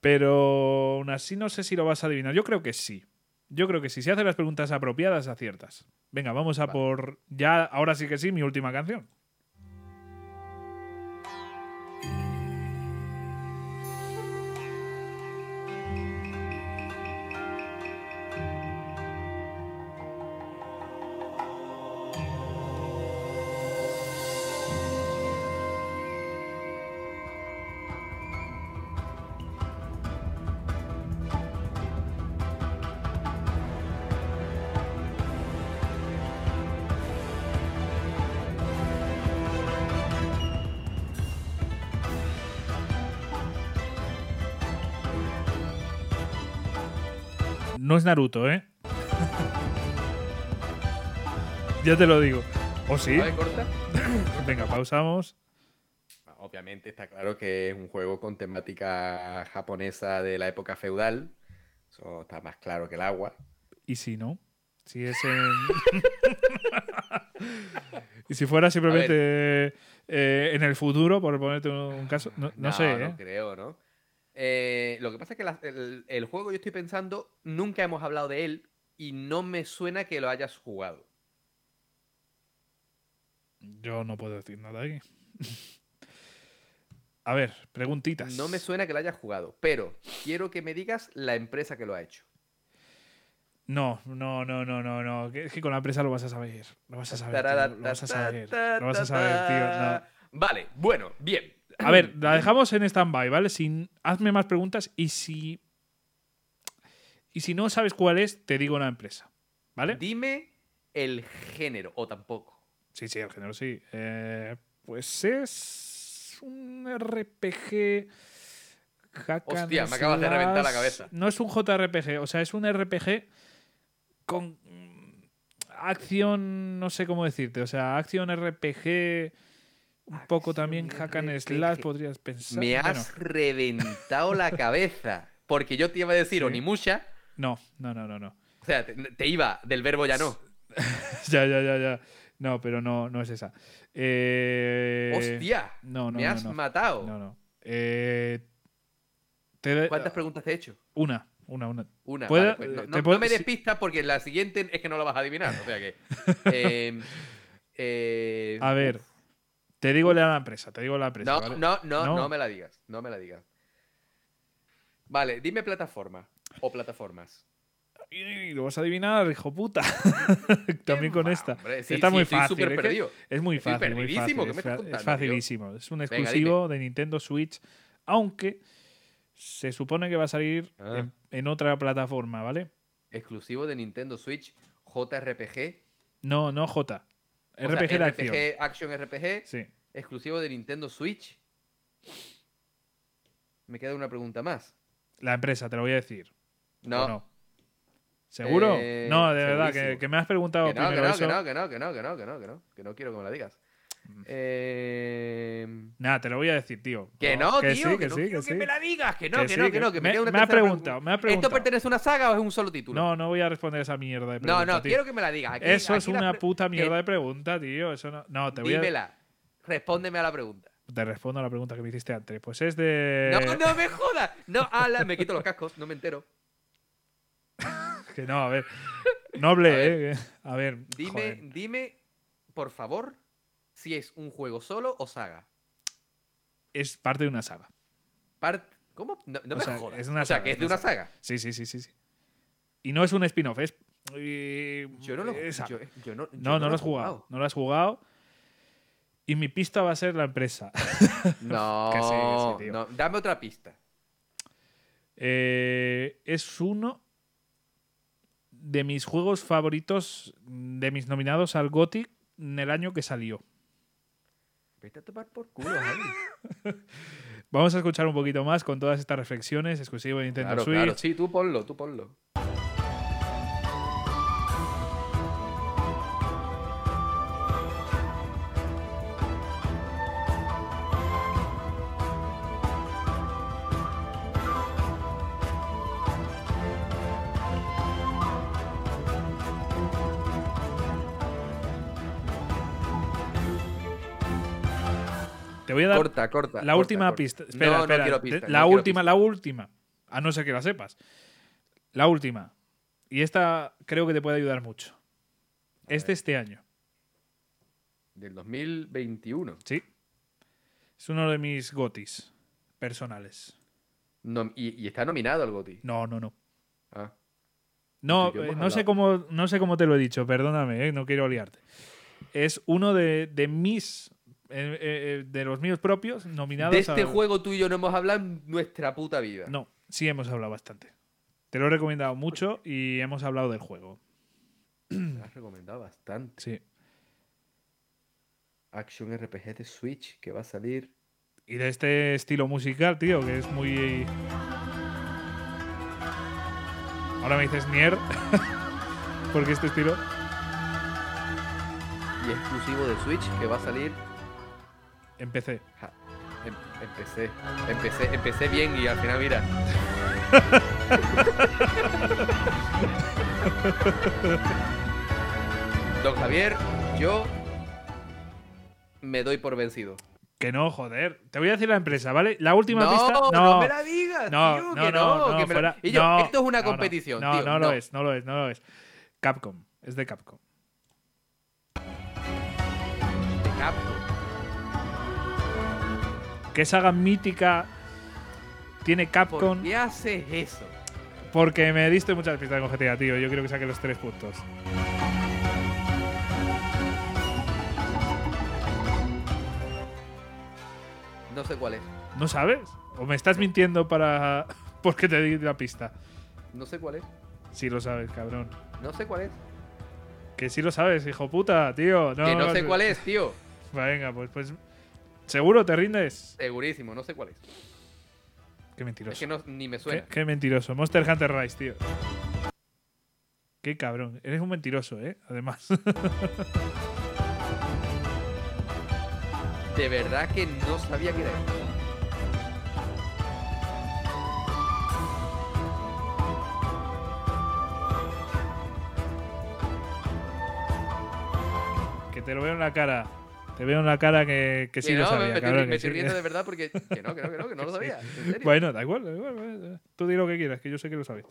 S1: Pero aún así no sé si lo vas a adivinar. Yo creo que sí. Yo creo que sí. Si haces las preguntas apropiadas, aciertas. Venga, vamos a
S2: Vale.
S1: por ya, ahora sí que sí, mi última canción. No es Naruto, ¿eh? ya te lo digo. ¿O sí?
S2: ¿Sabe corta?
S1: Venga, pausamos.
S2: Ah, Obviamente está claro que es un juego con temática japonesa de la época feudal. Eso está más claro que el agua.
S1: ¿Y si no? Si es en... y si fuera simplemente eh, en el futuro, por ponerte un caso, no, no sé,
S2: No
S1: ¿eh?
S2: creo, ¿no? Eh, lo que pasa es que la- el, el juego yo estoy pensando, nunca hemos hablado de él y no me suena que lo hayas jugado.
S1: Yo no puedo decir nada aquí. A ver, preguntitas.
S2: No me suena que lo hayas jugado, pero quiero que me digas la empresa que lo ha hecho.
S1: No, no, no, no, no, no. Que- Es que con la presa lo vas a saber. Lo vas a saber. tío, Lo vas a saber. Lo vas a saber, tío. no.
S2: Vale, bueno, bien.
S1: A ver, la dejamos en stand-by, ¿vale? Sin, hazme más preguntas y si. Y si no sabes cuál es, te digo la empresa. ¿Vale?
S2: Dime el género, o tampoco.
S1: Sí, sí, el género sí. Eh, pues es un RPG. hack and
S2: Hostia, me acabas de reventar la
S1: slash.
S2: cabeza.
S1: No es un JRPG, o sea, es un RPG con mm, acción, no sé cómo decirte, o sea, acción RPG, un poco también hack and slash,
S2: RPG.
S1: podrías pensar.
S2: Me
S1: Bueno,
S2: has reventado la cabeza. Porque yo te iba a decir
S1: Sí.
S2: Onimusha.
S1: no, no, no, no, no.
S2: O sea, te, te iba del verbo ya no.
S1: ya, ya, ya, ya. No, pero no, no es esa. Eh,
S2: Hostia.
S1: No, no,
S2: me
S1: no,
S2: has
S1: no.
S2: matado.
S1: No, no. Eh, te-
S2: ¿Cuántas preguntas te he hecho?
S1: Una, una, una.
S2: Una.
S1: Eh, ¿Puedo- Eh,
S2: vale, pues no,
S1: te
S2: no- no
S1: puedo-
S2: me des
S1: si-
S2: pistas porque la siguiente es que no la vas a adivinar. O sea que. eh, eh,
S1: A ver, te digo la empresa, te digo la empresa.
S2: No,
S1: ¿vale?
S2: no, no,
S1: No.
S2: no me la digas. No me la digas. Vale, dime plataforma o plataformas.
S1: Y lo vas a adivinar, hijo puta. También con
S2: Va,
S1: esta.
S2: hombre, sí,
S1: está
S2: sí,
S1: muy
S2: estoy
S1: fácil. ¿eh?
S2: súper
S1: es, que
S2: perdido.
S1: es muy
S2: Estoy
S1: fácil. muy fácil,
S2: perdidísimo, ¿qué
S1: es,
S2: me estás
S1: fa-
S2: contando,
S1: es
S2: tío?
S1: facilísimo. Es un
S2: Venga,
S1: exclusivo de Nintendo Switch, aunque se supone que va a salir
S2: Ah.
S1: en, en otra plataforma, ¿vale?
S2: Exclusivo de Nintendo Switch, JRPG.
S1: No, no J.
S2: o sea,
S1: RPG de acción.
S2: RPG, Action RPG.
S1: Sí.
S2: Exclusivo de Nintendo Switch. Me queda una pregunta más.
S1: La empresa, te lo voy a decir.
S2: No.
S1: ¿O ¿Seguro?
S2: Eh,
S1: no, de verdad, que,
S2: segurísimo.
S1: que me has preguntado
S2: Que no, que
S1: primero
S2: no,
S1: eso.
S2: que no, que no, que no, que no, que no, que no, que no quiero que me la digas.
S1: Mm.
S2: Eh,
S1: Nada, te lo voy a decir, tío.
S2: que no,
S1: que sí,
S2: tío, que,
S1: que
S2: no
S1: sí,
S2: quiero
S1: que
S2: que
S1: sí.
S2: me la digas, que no,
S1: Que
S2: que,
S1: sí,
S2: no,
S1: que
S2: que no, que me,
S1: me-
S2: queda una
S1: me ha
S2: tercera pregu-
S1: preguntado, me ha preguntado.
S2: ¿Esto pertenece a una saga o es un solo título?
S1: No, no voy a responder esa mierda de
S2: no,
S1: pregunta.
S2: no,
S1: tío.
S2: quiero que me la digas. Aquí-
S1: Eso es
S2: aquí la
S1: una
S2: pre-
S1: puta
S2: que-
S1: mierda de pregunta, tío. Eso no, no, te voy
S2: Dímela. Respóndeme a la pregunta.
S1: a. Te respondo a la pregunta que me hiciste antes. Pues es de.
S2: No, no me jodas. No, ala, me quito los cascos, no me entero.
S1: Que no, a ver. Noble,
S2: A
S1: eh. A ver.
S2: Dime,
S1: joder.
S2: dime, por favor, si es un juego solo o saga.
S1: Es parte de una saga.
S2: Part... ¿Cómo? No, no
S1: O
S2: me
S1: sea,
S2: jodas.
S1: es una
S2: o sea,
S1: saga,
S2: que
S1: es
S2: es de
S1: una
S2: una saga.
S1: Sí, sí, sí, sí. sí. Y no es un spin-off, es. eh,
S2: Yo no lo
S1: es
S2: yo,
S1: saga.
S2: yo no, yo
S1: No, no,
S2: lo
S1: lo has jugado. No lo has jugado. Y mi pista va a ser la empresa.
S2: No,
S1: Que sí, que sí, tío.
S2: no, dame otra pista.
S1: Eh, es uno de mis juegos favoritos, de mis nominados al Gothic en el año que salió.
S2: Vete a tomar por culo, Javi.
S1: Vamos a escuchar un poquito más con todas estas reflexiones exclusivo de Nintendo
S2: Claro,
S1: Switch.
S2: claro, sí, tú ponlo, tú ponlo.
S1: Te voy a dar
S2: Corta, corta.
S1: la
S2: corta,
S1: última
S2: corta.
S1: pista.
S2: No,
S1: Espera,
S2: no,
S1: espera.
S2: quiero
S1: Te-
S2: pista,
S1: la
S2: no quiero
S1: última,
S2: pista.
S1: la última. A no ser que la sepas. La última. Y esta creo que te puede ayudar mucho. Es de este año.
S2: Del 2021.
S1: Sí. Es uno de mis gotis personales.
S2: No, y, y está nominado al GOTY.
S1: No, no, no.
S2: Ah.
S1: No,
S2: Tú y yo
S1: eh,
S2: hemos
S1: no sé
S2: hablado.
S1: cómo, no sé cómo te lo he dicho, perdóname, eh, no quiero liarte. Es uno de, de mis, eh, eh, de los míos propios nominados.
S2: De este
S1: al-
S2: juego tú y yo no hemos hablado en nuestra puta vida.
S1: No, sí hemos hablado bastante. Te lo he recomendado mucho y hemos hablado del juego.
S2: Me has recomendado bastante.
S1: Sí.
S2: Action RPG de Switch que va a salir.
S1: Y de este estilo musical, tío, que es muy. Ahora me dices Nier. Porque este estilo.
S2: Y exclusivo de Switch que va a salir.
S1: Empecé.
S2: Ja, em- empecé, empecé, empecé bien y al final mira. Don Javier, yo me doy por vencido.
S1: Que no, joder. Te voy a decir la empresa, ¿vale? La última
S2: no,
S1: pista.
S2: no, me la digas.
S1: No,
S2: tío,
S1: no,
S2: que
S1: no,
S2: no,
S1: no,
S2: que me la-
S1: fuera-
S2: Y yo,
S1: no,
S2: esto es una
S1: no, no,
S2: competición.
S1: No,
S2: tío,
S1: no, lo es, no lo es, no lo es. Capcom, es de Capcom.
S2: te capto.
S1: ¿Qué saga mítica tiene
S2: ¿Por
S1: Capcom?
S2: qué haces eso?
S1: Porque me diste muchas pistas con GTA, tío. Yo quiero que saque los tres puntos.
S2: No sé cuál es.
S1: ¿No sabes? ¿O me estás mintiendo para. porque te di la pista?
S2: No sé cuál es.
S1: Sí lo sabes, cabrón.
S2: No sé cuál es.
S1: Que sí lo sabes, hijo puta, tío. No,
S2: que no sé cuál es, tío.
S1: Venga, pues, pues. ¿Seguro te rindes?
S2: Segurísimo, no sé cuál es.
S1: Qué mentiroso.
S2: Es que no, ni me
S1: qué,
S2: suena.
S1: qué mentiroso. Monster Hunter Rise, tío. Qué cabrón. Eres un mentiroso, ¿eh? Además.
S2: De verdad que no sabía que era eso.
S1: que te lo veo en la cara. Te veo en la cara que, que sí
S2: Que
S1: lo
S2: no,
S1: sabía,
S2: me, estoy-
S1: cabrón,
S2: me
S1: que
S2: estoy
S1: sí.
S2: riendo de verdad porque. Que no, que no, que no, que no lo sabía. en serio.
S1: Bueno, da igual, da igual, eh, Tú di lo que quieras, que yo sé que lo sabes.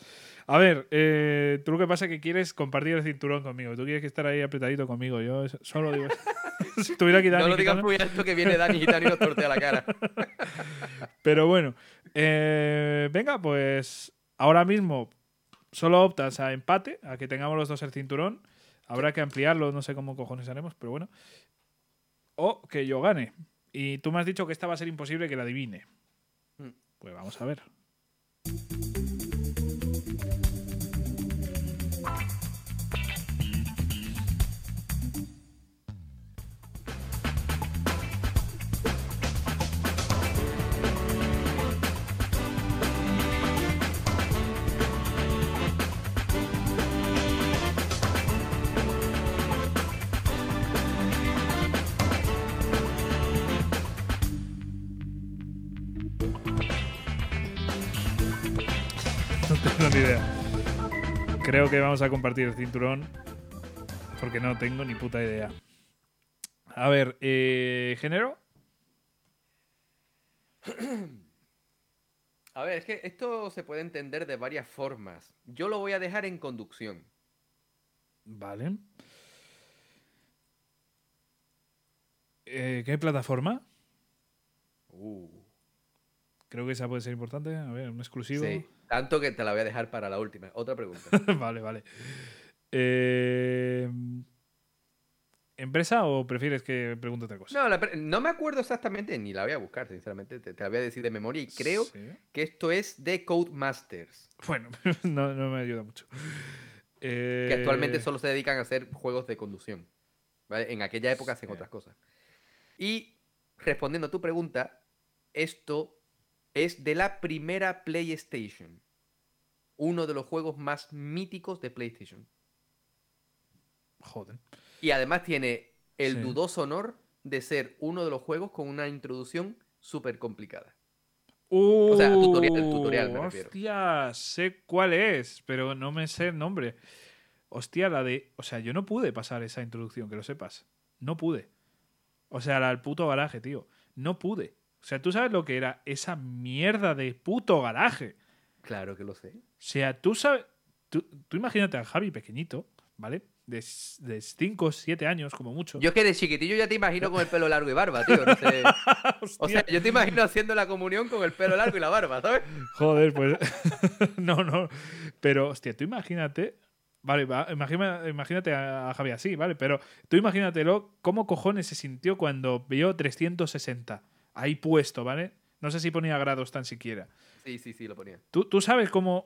S1: A ver, eh, tú lo que pasa es que quieres compartir el cinturón conmigo. Tú quieres que estar ahí apretadito conmigo. Yo es- solo digo. si estuviera aquí Dani
S2: no lo digas
S1: Gitano-
S2: muy alto que viene Dani Gitano y nos tortea la cara.
S1: Pero bueno, eh, venga, pues ahora mismo solo optas a empate, a que tengamos los dos el cinturón. Habrá que ampliarlo, no sé cómo cojones haremos, pero bueno. O que yo gane. Y tú me has dicho que esta va a ser imposible que la adivine.
S2: Hmm.
S1: Pues vamos a ver. No tengo ni idea. Creo que vamos a compartir el cinturón porque no tengo ni puta idea. A ver, eh, género.
S2: A ver, es que esto se puede entender de varias formas. Yo lo voy a dejar en conducción.
S1: Vale. Eh, ¿Qué plataforma?
S2: Uh,
S1: Creo que esa puede ser importante. A ver, un exclusivo.
S2: sí. Tanto que te la voy a dejar para la última. Otra pregunta.
S1: vale, vale. Eh, ¿Empresa o prefieres que pregunte otra cosa?
S2: No, la pre- no me acuerdo exactamente, ni la voy a buscar, sinceramente. Te, te la voy a decir de memoria y creo
S1: Sí.
S2: que esto es de Codemasters,
S1: Bueno, no, no me ayuda mucho.
S2: que actualmente
S1: Eh,
S2: solo se dedican a hacer juegos de conducción. ¿vale? En aquella época hacen
S1: Sí.
S2: otras cosas. Y respondiendo a tu pregunta, esto es de la primera PlayStation. Uno de los juegos más míticos de PlayStation.
S1: Joder.
S2: Y además tiene el
S1: Sí.
S2: dudoso honor de ser uno de los juegos con una introducción súper complicada. sea, tutorial- tutorial me refiero.
S1: Uh, Hostia, sé cuál es, pero no me sé el nombre. Hostia, la de. O sea, yo no pude pasar esa introducción, que lo sepas. No pude. O sea, la del puto garaje, tío. No pude. O sea, tú sabes lo que era esa mierda de puto garaje.
S2: Claro que lo sé.
S1: O sea, tú sabes. Tú, tú imagínate al Javi pequeñito, ¿vale? De 5, 7 años, como mucho.
S2: Yo es que de chiquitillo ya te imagino con el pelo largo y barba, tío. no sé. O sea, yo te imagino haciendo la comunión con el pelo largo y la barba, ¿sabes?
S1: Joder, pues. no, no. Pero, hostia, tú imagínate. Vale, va, imagina- imagínate a, a Javi así, ¿vale? Pero tú imagínatelo, ¿cómo cojones se sintió cuando vio 360? Ahí puesto, ¿vale? No sé si ponía grados tan siquiera.
S2: Sí, sí, sí, lo ponía.
S1: Tú, tú sabes cómo.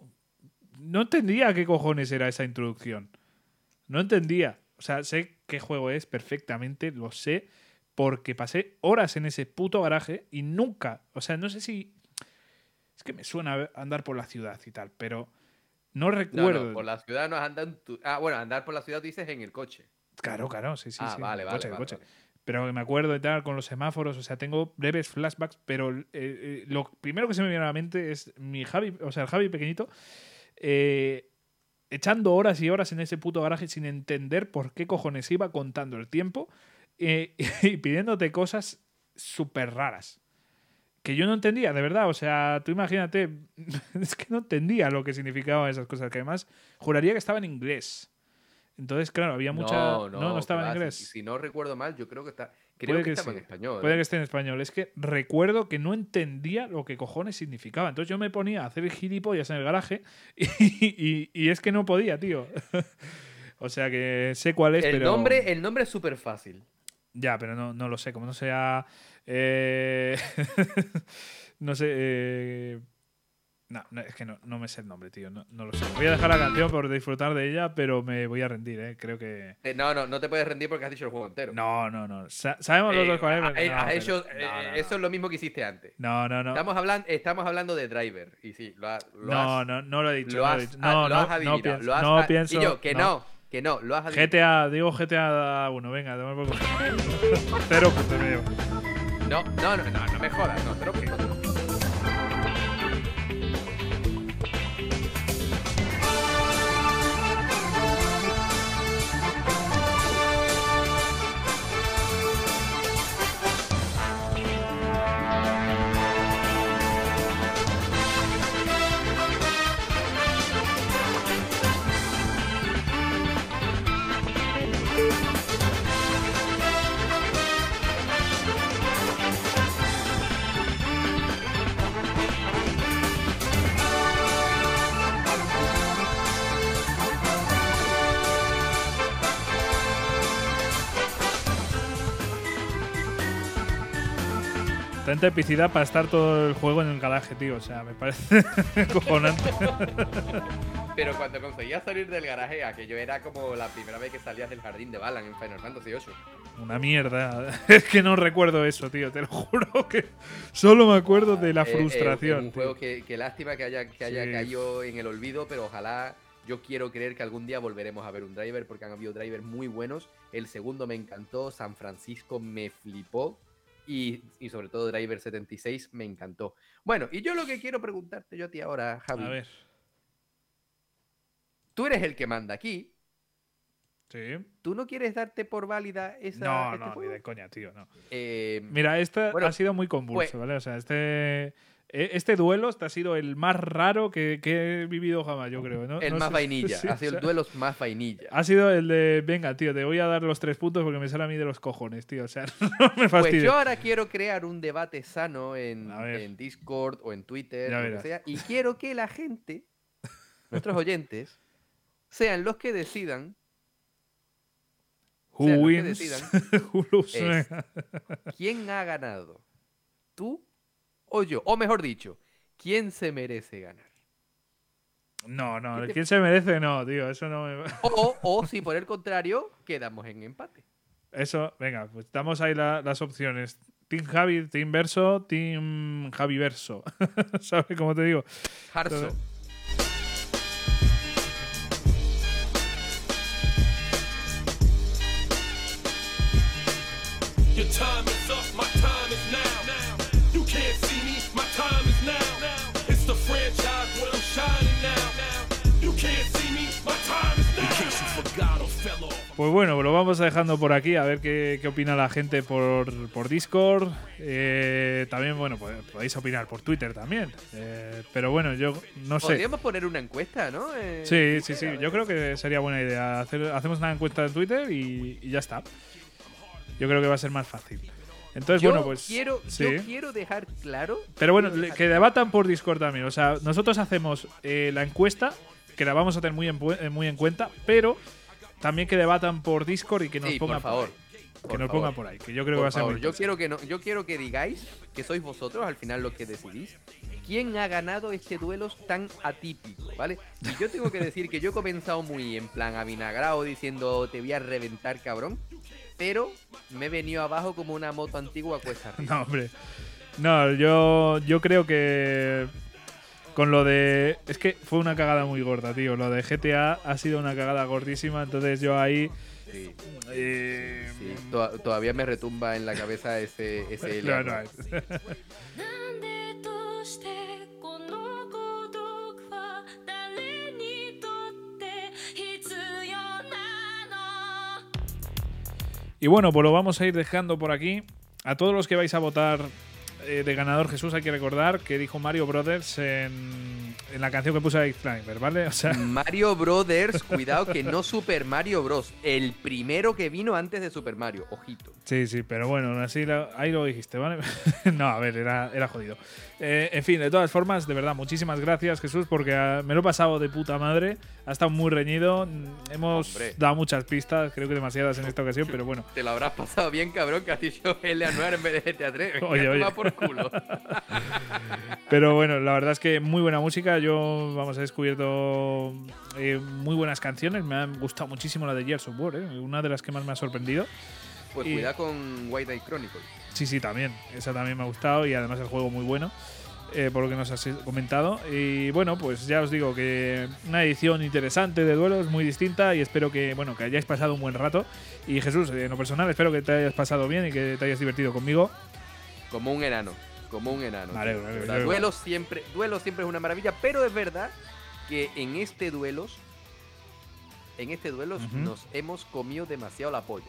S1: No entendía qué cojones era esa introducción. No entendía. O sea, sé qué juego es perfectamente, lo sé, porque pasé horas en ese puto garaje y nunca. O sea, no sé si. Es que me suena andar por la ciudad y tal, pero no
S2: No,
S1: recuerdo.
S2: no, por la ciudad nos andan. tu- Ah, bueno, andar por la ciudad tú dices en el coche.
S1: Claro, claro, sí, sí.
S2: ah,
S1: sí,
S2: vale,
S1: el
S2: vale.
S1: coche, el
S2: vale,
S1: coche.
S2: vale.
S1: Pero me acuerdo de tal con los semáforos, o sea, tengo breves flashbacks, pero eh, eh, lo primero que se me viene a la mente es mi Javi, o sea, el Javi pequeñito, eh, echando horas y horas en ese puto garaje sin entender por qué cojones iba contando el tiempo eh, y pidiéndote cosas súper raras. Que yo no entendía, de verdad. O sea, tú imagínate, es que no entendía lo que significaban esas cosas. Que además juraría que estaba en inglés. Entonces, claro, había mucha. No, no, estaba en
S2: claro, si-
S1: inglés.
S2: Si, no recuerdo mal, yo creo que está. Creo
S1: Puede
S2: que,
S1: que
S2: estaba
S1: sí.
S2: en español.
S1: Puede
S2: ¿eh?
S1: que esté en español. Es que recuerdo que no entendía lo que cojones significaba. Entonces yo me ponía a hacer gilipollas en el garaje y, y- y es que no podía, tío. o sea que sé cuál es,
S2: el,
S1: pero.
S2: nombre, el nombre es súper fácil.
S1: Ya, pero no, no lo sé. Como no sea. eh, no sé. eh, No, no, es que no, no me sé el nombre, tío. No, no lo sé. Voy a dejar la canción por disfrutar de ella, pero me voy a rendir, ¿eh? Creo que.
S2: Eh, No, no, no te puedes rendir porque has dicho el juego entero.
S1: No, no, no. Sa- sabemos los
S2: Eh,
S1: dos cuál es.
S2: ha-
S1: pero no,
S2: has
S1: pero-
S2: hecho-
S1: no,
S2: eh,
S1: no, no.
S2: Eso es lo mismo que hiciste antes.
S1: No, no, no.
S2: Estamos, hablando, estamos hablando de Driver. Y sí, lo, ha- lo
S1: No,
S2: has.
S1: no, no lo he dicho.
S2: lo
S1: no, lo
S2: has-
S1: he dicho.
S2: ah,
S1: no,
S2: lo
S1: no,
S2: has
S1: no
S2: adivinado,
S1: pienso.
S2: lo has
S1: no
S2: ad-
S1: pienso-
S2: Y yo, que no. que no, lo has adivinado.
S1: GTA, digo GTA 1, venga, dame por culo. Cero puntos, me llevo.
S2: No, no, no, no, no me jodas, no, pero que.
S1: Tanta epicidad para estar todo el juego en el garaje, tío. O sea, me parece cojonante.
S2: Pero cuando conseguías salir del garaje, aquello era como la primera vez que salías del jardín de Balan en Final Fantasy VIII.
S1: Una mierda. Es que no recuerdo eso, tío. Te lo juro que solo me acuerdo de la
S2: Eh, eh,
S1: frustración.
S2: un
S1: tío.
S2: juego que, que lástima que haya, que haya
S1: Sí.
S2: caído en el olvido, pero ojalá yo quiero creer que algún día volveremos a ver un driver, porque han habido drivers muy buenos. El segundo me encantó, San Francisco me flipó. Y, y sobre todo Driver 76 me encantó. Bueno, y yo lo que quiero preguntarte yo a ti ahora, Javi.
S1: A ver.
S2: Tú eres el que manda aquí.
S1: Sí.
S2: ¿Tú no quieres darte por válida esa
S1: No,
S2: este
S1: no, ni
S2: juego?
S1: de coña, tío. No.
S2: Eh,
S1: Mira, esta
S2: Bueno,
S1: ha sido muy convulso,
S2: pues-
S1: ¿vale? O sea, este, e- este duelo este ha sido el más raro que, que he vivido jamás, yo creo. ¿no?
S2: el
S1: No
S2: más
S1: sé-
S2: vainilla.
S1: sí,
S2: ha sido
S1: o sea, ah,
S2: el duelo más vainilla.
S1: Ha sido el de, venga, tío, te voy a dar los tres puntos porque me sale a mí de los cojones, tío. O sea, no me
S2: Pues
S1: fastidies.
S2: yo ahora quiero crear un debate sano en,
S1: A ver.
S2: en Discord o en Twitter,
S1: Ya
S2: lo que
S1: verás.
S2: sea, y quiero que la gente, nuestros oyentes, sean los que decidan
S1: Who
S2: sea, lo que
S1: wins? Who lose?
S2: Es- quién ha ganado, tú o yo, o mejor dicho, quién se merece ganar.
S1: No, no,
S2: ¿Qué te-
S1: ¿quién se merece? No, tío, eso no me...
S2: O, o si por el contrario, quedamos en empate.
S1: Eso, venga, pues damos ahí la- las opciones. Team Javi, Team Verso, Team Javi Verso. ¿Sabes cómo te digo?
S2: Harso.
S1: Entonces-
S4: Your time is up, my time is now. You can't see me, my time is now. It's the franchise where I'm shining now. You can't see me, my time is now. In case you forgot or fell off.
S1: Pues bueno, lo vamos dejando por aquí, a ver qué, qué opina la gente por, por Discord. Eh, también, bueno, pues, podéis opinar por Twitter también. Eh, pero bueno, yo no sé.
S2: Podríamos poner una encuesta, ¿no? Eh,
S1: Sí, sí, sí. Yo creo que sería buena idea. Hacer- hacemos una encuesta en Twitter y, y ya está. Yo creo que va a ser más fácil. Entonces,
S2: yo
S1: bueno, pues.
S2: quiero,
S1: sí.
S2: yo quiero dejar claro.
S1: Pero bueno,
S2: quiero
S1: le-
S2: dejar
S1: que debatan por Discord también. O sea, nosotros hacemos eh, la encuesta, que la vamos a tener muy en, pu- eh, muy en cuenta, pero también que debatan por Discord y que nos
S2: Sí, por
S1: pongan
S2: favor.
S1: ahí.
S2: por
S1: que nos
S2: favor.
S1: pongan por ahí, que yo creo que
S2: Por
S1: va a ser
S2: favor,
S1: muy
S2: yo quiero que no, yo quiero que digáis que sois vosotros al final los que decidís quién ha ganado este duelo tan atípico, ¿vale? Y yo tengo que decir que yo he comenzado muy en plan avinagrado diciendo te voy a reventar, cabrón, pero me he venido abajo como una moto antigua cuesta arriba.
S1: No, hombre. No, yo, yo creo que con lo de... Es que fue una cagada muy gorda, tío. Lo de GTA ha sido una cagada gordísima, entonces yo ahí...
S2: Sí,
S1: eh,
S2: sí, to- todavía me retumba en la cabeza ese ese
S1: no,
S2: Eliano.
S1: no, es-
S3: なんでどうしてこの孤独は誰にとって必要なの
S1: Y bueno, pues lo vamos a ir dejando por aquí. A todos los que vais a votar eh, de ganador Jesús, hay que recordar que dijo Mario Brothers en, en la canción que puso Ike Climber, ¿vale? O sea,
S2: Mario Brothers, cuidado que no Super Mario Bros. El primero que vino antes de Super Mario, ojito.
S1: sí, sí, pero bueno, aún así lo- ahí lo dijiste, ¿vale? no, a ver, era, era jodido. Eh, en fin, de todas formas, de verdad, muchísimas gracias Jesús, porque ah, me lo he pasado de puta madre. Ha estado muy reñido. mm, Hemos
S2: Hombre.
S1: dado muchas pistas, creo que demasiadas en esta ocasión, pero bueno.
S2: Te lo habrás pasado bien, cabrón, que has dicho LA9 en vez de GTA 3.
S1: Oye, oye.
S2: Va por culo.
S1: Pero bueno, la verdad es que muy buena música. Yo, vamos, he descubierto eh, muy buenas canciones. Me han gustado muchísimo la de Gears of War, ¿eh? una de las que más me ha sorprendido.
S2: Pues
S1: Y-
S2: cuidado con White Eye Chronicles.
S1: Sí, sí, también. Esa también me ha gustado y además el juego muy bueno, eh, por lo que nos has comentado. Y bueno, pues ya os digo que una edición interesante de duelos, muy distinta y espero que, bueno, que hayáis pasado un buen rato. Y Jesús, eh, en lo personal, espero que te hayas pasado bien y que te hayas divertido conmigo.
S2: Como un enano. Como un enano.
S1: Vale,
S2: tío, de
S1: vale,
S2: verdad.
S1: vale.
S2: Duelo siempre, duelo siempre es una maravilla, pero es verdad que en este duelos, en este duelos
S1: Ujú.
S2: nos hemos comido demasiado la polla.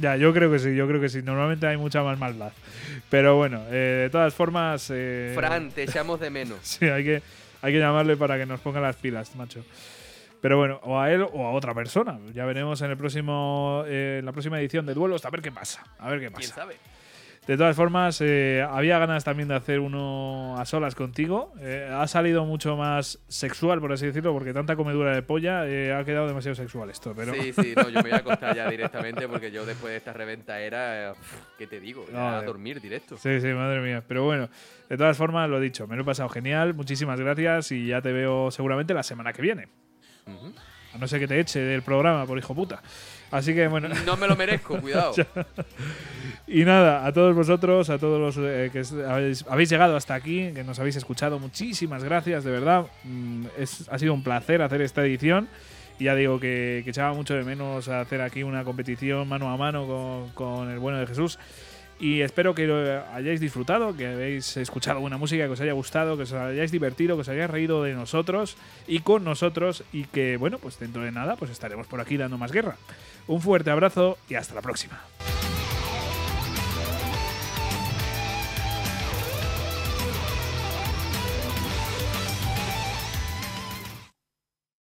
S1: Ya, yo creo que sí, yo creo que sí. Normalmente hay mucha más maldad. Pero bueno, eh, de todas formas... eh,
S2: Fran, te echamos de menos.
S1: Sí, hay que, hay que llamarle para que nos ponga las pilas, macho. Pero bueno, o a él o a otra persona. Ya veremos en el próximo, eh, en la próxima edición de duelos a ver qué pasa. A ver qué
S2: ¿Quién
S1: pasa.
S2: sabe?
S1: De todas formas, eh, había ganas también de hacer uno a solas contigo. Eh, ha salido mucho más sexual, por así decirlo, porque tanta comedura de polla eh, ha quedado demasiado sexual esto. Pero
S2: Sí, sí, no, yo me voy a acostar ya directamente porque yo después de esta reventa era, eh, pf, ¿qué te digo? Era
S1: No,
S2: a
S1: de-
S2: dormir directo.
S1: Sí, sí, madre mía. Pero bueno, de todas formas, lo dicho, me lo he pasado genial. Muchísimas gracias y ya te veo seguramente la semana que viene.
S2: Ujú.
S1: A no ser que te eche del programa, por hijo puta. Así que bueno,
S2: No me lo merezco, cuidado.
S1: y nada, a todos vosotros, a todos los eh, que es- habéis, habéis llegado hasta aquí, que nos habéis escuchado, muchísimas gracias, de verdad. Mm, es- ha sido un placer hacer esta edición. Y Ya digo que, que echaba mucho de menos hacer aquí una competición mano a mano con, con el bueno de Jesús. Y espero que lo hayáis disfrutado, que habéis escuchado buena música, que os haya gustado, que os hayáis divertido, que os hayáis reído de nosotros y con nosotros. Y que, bueno, pues dentro de nada, pues estaremos por aquí dando más guerra. Un fuerte abrazo y hasta la próxima.